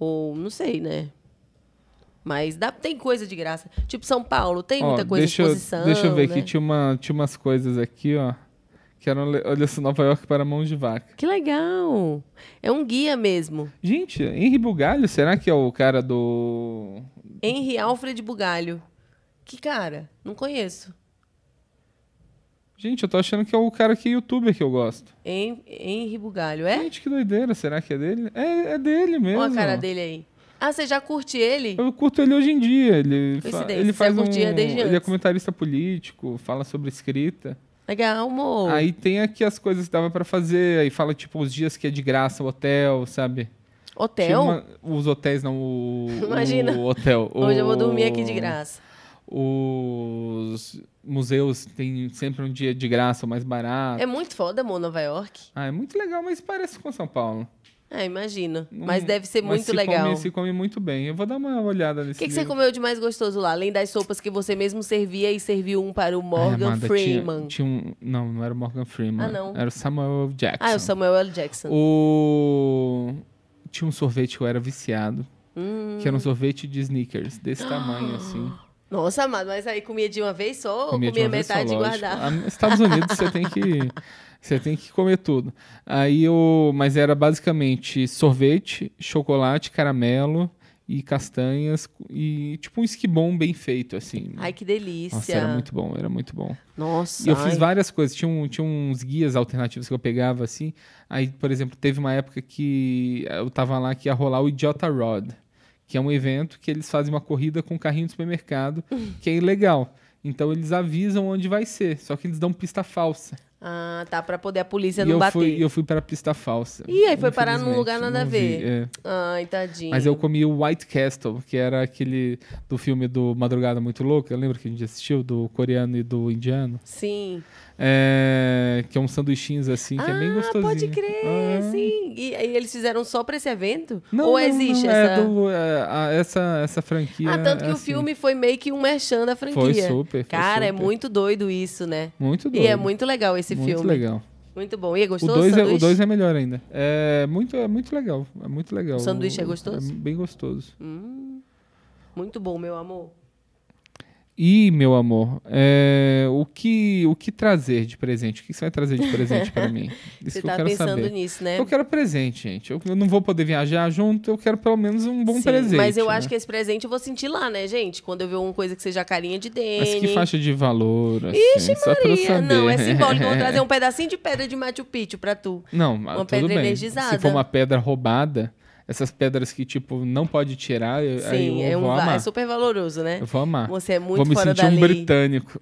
S3: Ou, não sei, né? Mas dá, tem coisa de graça. Tipo São Paulo, tem
S4: Ó,
S3: muita coisa
S4: deixa,
S3: de
S4: eu-
S3: exposição,
S4: Deixa eu ver aqui,
S3: né?
S4: tipo- tinha, uma, tinha umas coisas aqui, ó. Que eram, le- olha só, Nova York para mãos de vaca.
S3: Que legal! É um guia mesmo.
S4: Gente, Henri Bugalho, será que é o cara do.
S3: Henry Alfred Bugalho. Que cara? Não conheço.
S4: Gente, eu tô achando que é o cara que é youtuber que eu gosto.
S3: Hen- Henry Bugalho, é?
S4: Gente, que doideira. Será que é dele? É, é dele mesmo.
S3: Olha a cara dele aí. Ah, você já curte ele?
S4: Eu curto ele hoje em dia. Ele, fa-
S3: Coincidência,
S4: ele faz
S3: eu
S4: um...
S3: curtia desde
S4: Ele é
S3: antes.
S4: comentarista político, fala sobre escrita.
S3: Legal, ah, amor.
S4: Aí tem aqui as coisas que dava pra fazer. Aí fala, tipo, os dias que é de graça, o hotel, sabe? Tinha
S3: Hotel?
S4: uma- Os hotéis, não.
S3: (laughs)
S4: O...
S3: Imagina.
S4: O hotel.
S3: Hoje eu vou dormir
S4: o-
S3: aqui de graça.
S4: Os museus têm sempre um dia de graça, o mais barato.
S3: É muito foda, amor, Nova York.
S4: Ah, é muito legal, mas parece com São Paulo.
S3: É, imagino.
S4: Não-
S3: Mas deve ser
S4: mas
S3: muito
S4: se
S3: legal.
S4: Come, se come muito bem. Eu vou dar uma olhada
S3: O
S4: nesse
S3: que, que você
S4: livro.
S3: comeu de mais gostoso lá? Além das sopas que você mesmo servia e serviu um para o
S4: Ai,
S3: Morgan
S4: É, Amanda,
S3: Freeman.
S4: Tinha, tinha um... Não, não era o Morgan Freeman.
S3: Ah, não.
S4: Era o Samuel Jackson.
S3: Ah, o Samuel L. Jackson.
S4: O... Tinha um sorvete que eu era viciado.
S3: Hum.
S4: Que era um sorvete de sneakers, desse tamanho, assim.
S3: Nossa, amado, mas aí comia de uma vez só ou
S4: Comia
S3: comia,
S4: de uma vez só,
S3: metade e
S4: lógico.
S3: guardava?
S4: Ah, nos Estados Unidos você tem
S3: (laughs)
S4: que você tem que comer tudo. Aí eu, mas era basicamente sorvete, chocolate, caramelo e castanhas e tipo um esquibom bem feito assim.
S3: Ai, que delícia.
S4: Nossa, era muito bom, era muito bom.
S3: Nossa,
S4: E eu fiz
S3: ai.
S4: várias coisas. Tinha, um- tinha uns guias alternativos que eu pegava, assim. Aí, por exemplo, teve uma época que eu tava lá que ia rolar o Idiota Rod, que é um evento que eles fazem uma corrida com um carrinho de
S3: (laughs)
S4: supermercado, que é ilegal. Então eles avisam onde vai ser, só que eles dão pista falsa.
S3: Ah, tá, pra poder a polícia
S4: e
S3: não
S4: eu
S3: bater.
S4: fui, eu fui para pista falsa.
S3: Ih, aí foi parar num
S4: Infelizmente,
S3: lugar nada a
S4: não
S3: ver.
S4: vi, é.
S3: Ai, tadinho.
S4: Mas eu comi o White Castle, que era aquele do filme do Madrugada Muito Louca, lembra que a gente assistiu? Do coreano e do indiano.
S3: Sim.
S4: É, que é uns sanduichinhos assim, que é bem
S3: ah,
S4: gostosinho.
S3: pode crer,
S4: Ah.
S3: sim. E, e eles fizeram só pra esse evento?
S4: Não,
S3: Ou
S4: não,
S3: existe
S4: não, é
S3: essa...
S4: do- é, a- essa, essa franquia.
S3: Ah, tanto
S4: é
S3: que o
S4: assim.
S3: filme foi meio que um merchan da franquia.
S4: Foi super, foi
S3: Cara, é
S4: super.
S3: muito doido isso, né?
S4: Muito
S3: E é
S4: doido,
S3: muito legal esse
S4: muito
S3: filme.
S4: legal.
S3: Muito bom. E é
S4: O
S3: gostoso
S4: dois é,
S3: sanduíche?
S4: o dois é melhor ainda. É muito, é muito legal. É muito legal.
S3: O sanduíche é gostoso?
S4: É
S3: Hum.
S4: bem gostoso.
S3: Muito bom, meu amor.
S4: E, meu amor, é, o, que, o que trazer de presente? O que você vai trazer de presente pra
S3: (laughs)
S4: mim? Isso
S3: Você
S4: que eu
S3: tá
S4: quero
S3: pensando
S4: saber. um é
S3: nisso, né?
S4: Eu quero presente, gente. Eu, eu não vou poder viajar junto, eu quero pelo menos um bom
S3: Sim,
S4: presente.
S3: Mas eu
S4: né?
S3: acho que esse presente eu vou sentir lá, né, gente? Quando eu ver uma coisa que seja carinha de
S4: Mas
S3: Dene.
S4: que faixa de valor, assim,
S3: Ixi,
S4: só pra eu
S3: Maria.
S4: saber.
S3: Não, é simbólico. Eu Vou trazer um pedacinho de pedra de Machu Picchu pra tu.
S4: (laughs) Não, mas
S3: Uma
S4: tudo
S3: pedra
S4: bem.
S3: energizada.
S4: Se for uma pedra roubada, essas pedras que, tipo, não pode tirar, eu- aí eu
S3: Sim, é, um,
S4: vou
S3: va-
S4: amar.
S3: é super valoroso, né?
S4: Eu vou amar.
S3: Você é muito
S4: vou me
S3: fora
S4: sentir
S3: da
S4: um
S3: lei. (laughs)
S4: britânico.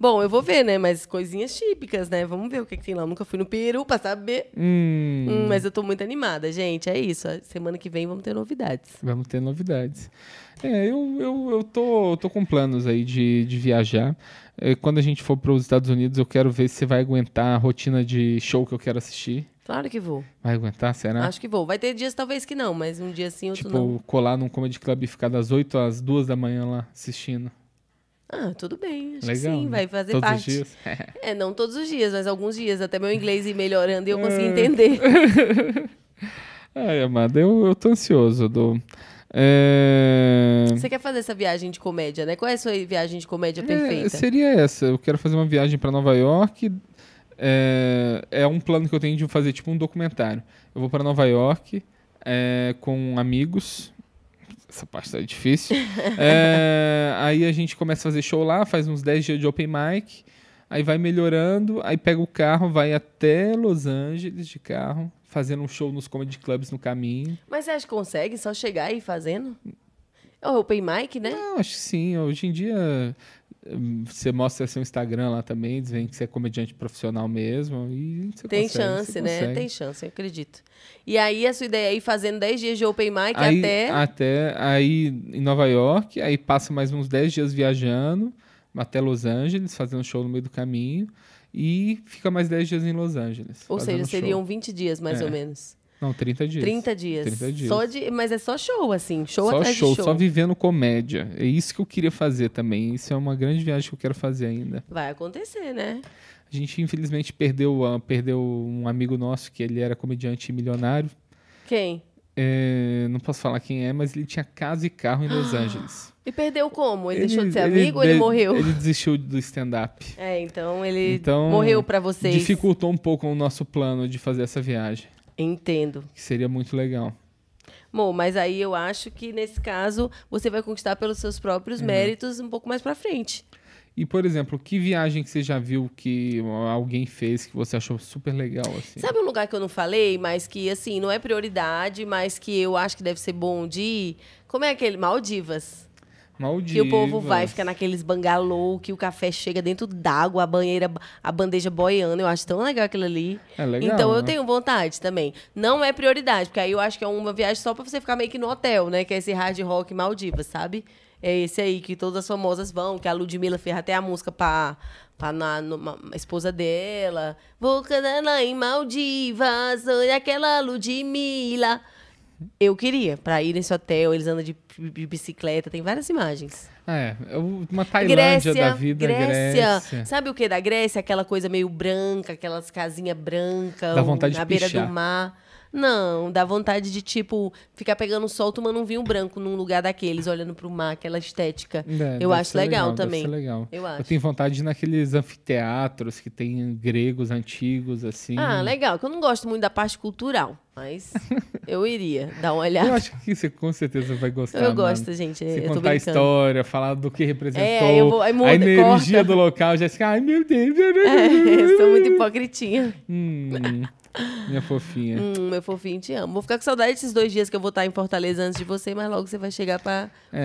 S3: Bom, eu vou ver, né? Mas coisinhas típicas, né? Vamos ver o que, que tem lá. Eu nunca fui no Peru pra saber.
S4: Hum,
S3: Hum, mas eu tô muito animada, gente. É isso. Semana que vem vamos ter novidades.
S4: Vamos ter novidades. É, eu, eu, eu tô, eu tô com planos aí de, de viajar. É, Quando a gente for para os Estados Unidos, eu quero ver se você vai aguentar a rotina de show que eu quero assistir.
S3: Claro que vou.
S4: Vai aguentar, será?
S3: Acho que vou. Vai ter dias talvez que não, mas um dia sim, outro
S4: Ah. tipo,
S3: não.
S4: colar num comedy club e ficar das 8 às 2 da manhã lá assistindo.
S3: Ah, tudo bem. Acho
S4: Legal.
S3: que sim,
S4: né?
S3: vai fazer
S4: Todos
S3: parte.
S4: Os dias.
S3: É, não todos os dias, mas alguns dias. Até meu inglês ir melhorando e eu
S4: Ah.
S3: consegui
S4: (laughs)
S3: entender.
S4: Ai, É, amada, eu, eu tô ansioso. Do... É...
S3: Você quer fazer essa viagem de comédia, né? Qual é a sua viagem de comédia
S4: É,
S3: perfeita?
S4: seria essa. Eu quero fazer uma viagem pra Nova York. É, é um plano que eu tenho de fazer tipo um documentário. Eu vou pra Nova York é, com amigos. Essa parte tá difícil. É, aí a gente começa a fazer show lá, faz uns 10 dias de open mic. Aí vai melhorando, aí pega o carro, vai até Los Angeles de carro, fazendo um show nos comedy clubs no caminho.
S3: Mas você acha que consegue só chegar e ir fazendo? É o open mic, né?
S4: Não, acho que sim. Hoje em dia hum, você mostra seu Instagram lá também, eles veem que você é comediante profissional mesmo. E você
S3: Tem
S4: consegue,
S3: chance,
S4: você
S3: né?
S4: consegue.
S3: Tem chance, eu acredito. E aí a sua ideia é ir fazendo 10 dias de open mic
S4: Aí,
S3: é
S4: ah,
S3: até...
S4: até aí em Nova York, aí passa mais uns 10 dias viajando até Los Angeles, fazendo show no meio do caminho. E fica mais 10 dias em Los Angeles.
S3: Ou
S4: fazendo
S3: seja, um seriam
S4: show.
S3: 20 dias, mais
S4: É.
S3: ou menos.
S4: Não, 30 dias.
S3: 30 dias.
S4: 30 dias.
S3: Só de, mas é só show, assim. Show
S4: só
S3: atrás
S4: show,
S3: de show.
S4: só vivendo comédia. É isso que eu queria fazer também. Isso é uma grande viagem que eu quero fazer ainda.
S3: Vai acontecer, né?
S4: A gente infelizmente perdeu, ah, perdeu um amigo nosso que ele era comediante e milionário.
S3: Quem?
S4: É, não posso falar quem é, mas ele tinha casa e carro em
S3: (gasps)
S4: Los Angeles.
S3: E perdeu como? Ele, deixou de ser amigo ou ele
S4: de-
S3: morreu?
S4: Ele desistiu do stand-up.
S3: É, então ele
S4: Então,
S3: morreu pra vocês.
S4: Dificultou um pouco o nosso plano de fazer essa viagem,
S3: Entendo.
S4: que seria muito legal.
S3: Bom, mas aí eu acho que nesse caso você vai conquistar pelos seus próprios méritos um pouco mais pra frente.
S4: E, por exemplo, que viagem que você já viu que alguém fez que você achou super legal? Assim?
S3: Sabe um lugar que eu não falei, mas que assim, não é prioridade, mas que eu acho que deve ser bom de ir? Como é aquele? Maldivas.
S4: Maldivas.
S3: Que o povo vai, fica naqueles bangalô, que o café chega dentro d'água, a banheira, a bandeja boiando. Eu acho tão legal aquilo ali.
S4: É legal,
S3: então eu
S4: né?
S3: tenho vontade também. Não é prioridade, porque aí eu acho que é uma viagem só pra você ficar meio que no hotel, né? Que é esse hard rock Maldivas, sabe? É esse aí que todas as famosas vão, que a Ludmilla fez até a música pra, pra na, numa- uma esposa dela. Vou casar lá em Maldivas, olha aquela Ludmilla. Eu queria, pra ir nesse hotel, eles andam de, de bicicleta, tem várias imagens.
S4: Ah, É, é uma Tailândia da vida, Grécia.
S3: Sabe o que da Grécia? Aquela coisa meio branca, aquelas casinhas brancas
S4: Dá
S3: um-
S4: vontade de
S3: na beira
S4: pichar.
S3: do mar. Não, dá vontade de, tipo, ficar pegando sol, tomando um vinho branco num lugar daqueles, olhando pro mar, aquela estética. eu
S4: deve
S3: acho
S4: ser
S3: legal,
S4: deve
S3: também.
S4: ser legal.
S3: Eu
S4: Eu
S3: acho.
S4: tenho vontade de ir naqueles anfiteatros que tem gregos antigos, assim.
S3: Ah, legal. Que eu não gosto muito da parte cultural,
S4: (laughs)
S3: mas eu iria dar uma
S4: Eu
S3: olhada.
S4: acho que você com certeza vai gostar.
S3: Eu
S4: Tá, mano.
S3: gosto, gente.
S4: Você
S3: eu tô
S4: contar a
S3: brincando.
S4: história, falar do que representou,
S3: É, eu vou- aí muda,
S4: a energia
S3: corta.
S4: do local, já fica, ai meu Deus.
S3: (laughs)
S4: (laughs)
S3: É, eu sou muito hipocritinha.
S4: Hum, minha fofinha.
S3: Hum, meu fofinho, te amo. Vou ficar com saudade desses dois dias que eu vou estar em Fortaleza antes de você, mas logo você vai chegar pra
S4: É,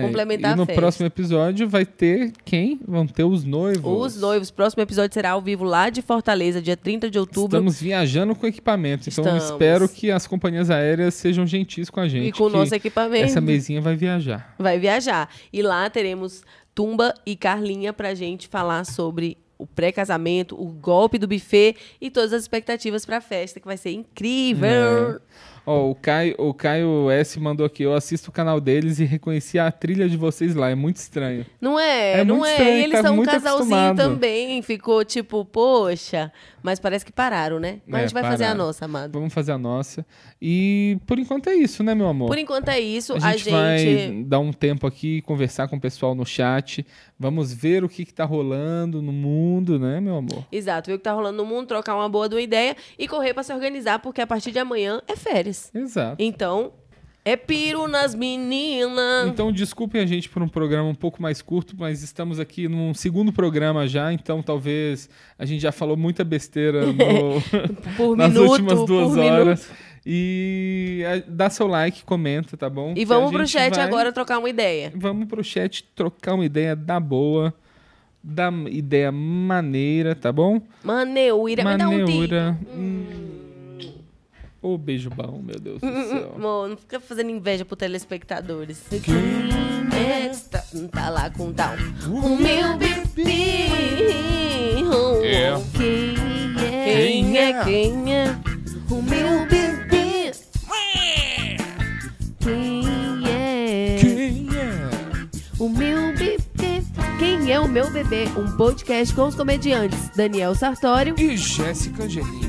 S4: e
S3: complementar a
S4: no
S3: festa.
S4: próximo episódio vai ter quem? Vão ter os noivos.
S3: Os noivos. Próximo episódio será ao vivo lá de Fortaleza, dia 30 de outubro.
S4: Estamos viajando com equipamento, então
S3: Estamos.
S4: espero que as companhias aéreas sejam gentis com a gente.
S3: e com o
S4: que
S3: nosso equipamento.
S4: Essa mesinha vai viajar.
S3: Vai viajar. E lá teremos Tumba e Carlinha pra gente falar sobre o pré-casamento, o golpe do buffet e todas as expectativas pra festa, que vai ser
S4: É.
S3: incrível.
S4: Ó, o Caio, o Caio S mandou aqui, eu assisto o canal deles e reconheci a trilha de vocês lá, é muito estranho.
S3: Não é,
S4: É
S3: não
S4: muito
S3: é.
S4: estranho,
S3: e eles
S4: tá
S3: são um
S4: muito
S3: casalzinho
S4: acostumado.
S3: também. Ficou tipo, poxa. Mas parece que pararam, né? Mas
S4: É,
S3: a gente vai fazer a
S4: pararam.
S3: nossa, amado.
S4: Vamos fazer a nossa. E por enquanto é isso, né, meu amor?
S3: Por enquanto é isso.
S4: a gente, vai dar um tempo aqui, conversar com o pessoal no chat. Vamos ver o que, que tá rolando no mundo, né, meu amor?
S3: Exato, ver o que tá rolando no mundo, trocar uma boa de uma ideia e correr pra se organizar, porque a partir de amanhã é férias.
S4: Exato.
S3: Então, é piro nas meninas.
S4: Então, desculpem a gente por um programa um pouco mais curto, mas estamos aqui num segundo programa já, então talvez a gente já falou muita besteira no-
S3: Por
S4: nas
S3: minuto,
S4: últimas duas
S3: por minuto.
S4: horas. E a- dá seu like, comenta, tá bom? Que
S3: E
S4: a
S3: vamos pro
S4: gente
S3: chat
S4: vai-
S3: agora trocar uma ideia.
S4: Vamos pro chat trocar uma ideia da boa, da ideia maneira, tá bom?
S3: Maneira, me dá um tiro.
S4: Maneira. Ô, beijo bom, meu Deus do Hum,
S3: (laughs)
S4: céu.
S3: Hum, Amor, não fica fazendo inveja pro telespectadores. Esta- Tá lá com tal.
S1: O meu
S3: Ih,
S2: É.
S1: Quem é?
S3: Quem é, quem é?
S1: O meu bebê. Quem é?
S2: Quem é?
S1: O meu bebê. Quem é o meu bebê? Um podcast com os comediantes Daniel Sartório
S2: E Jéssica Angelim.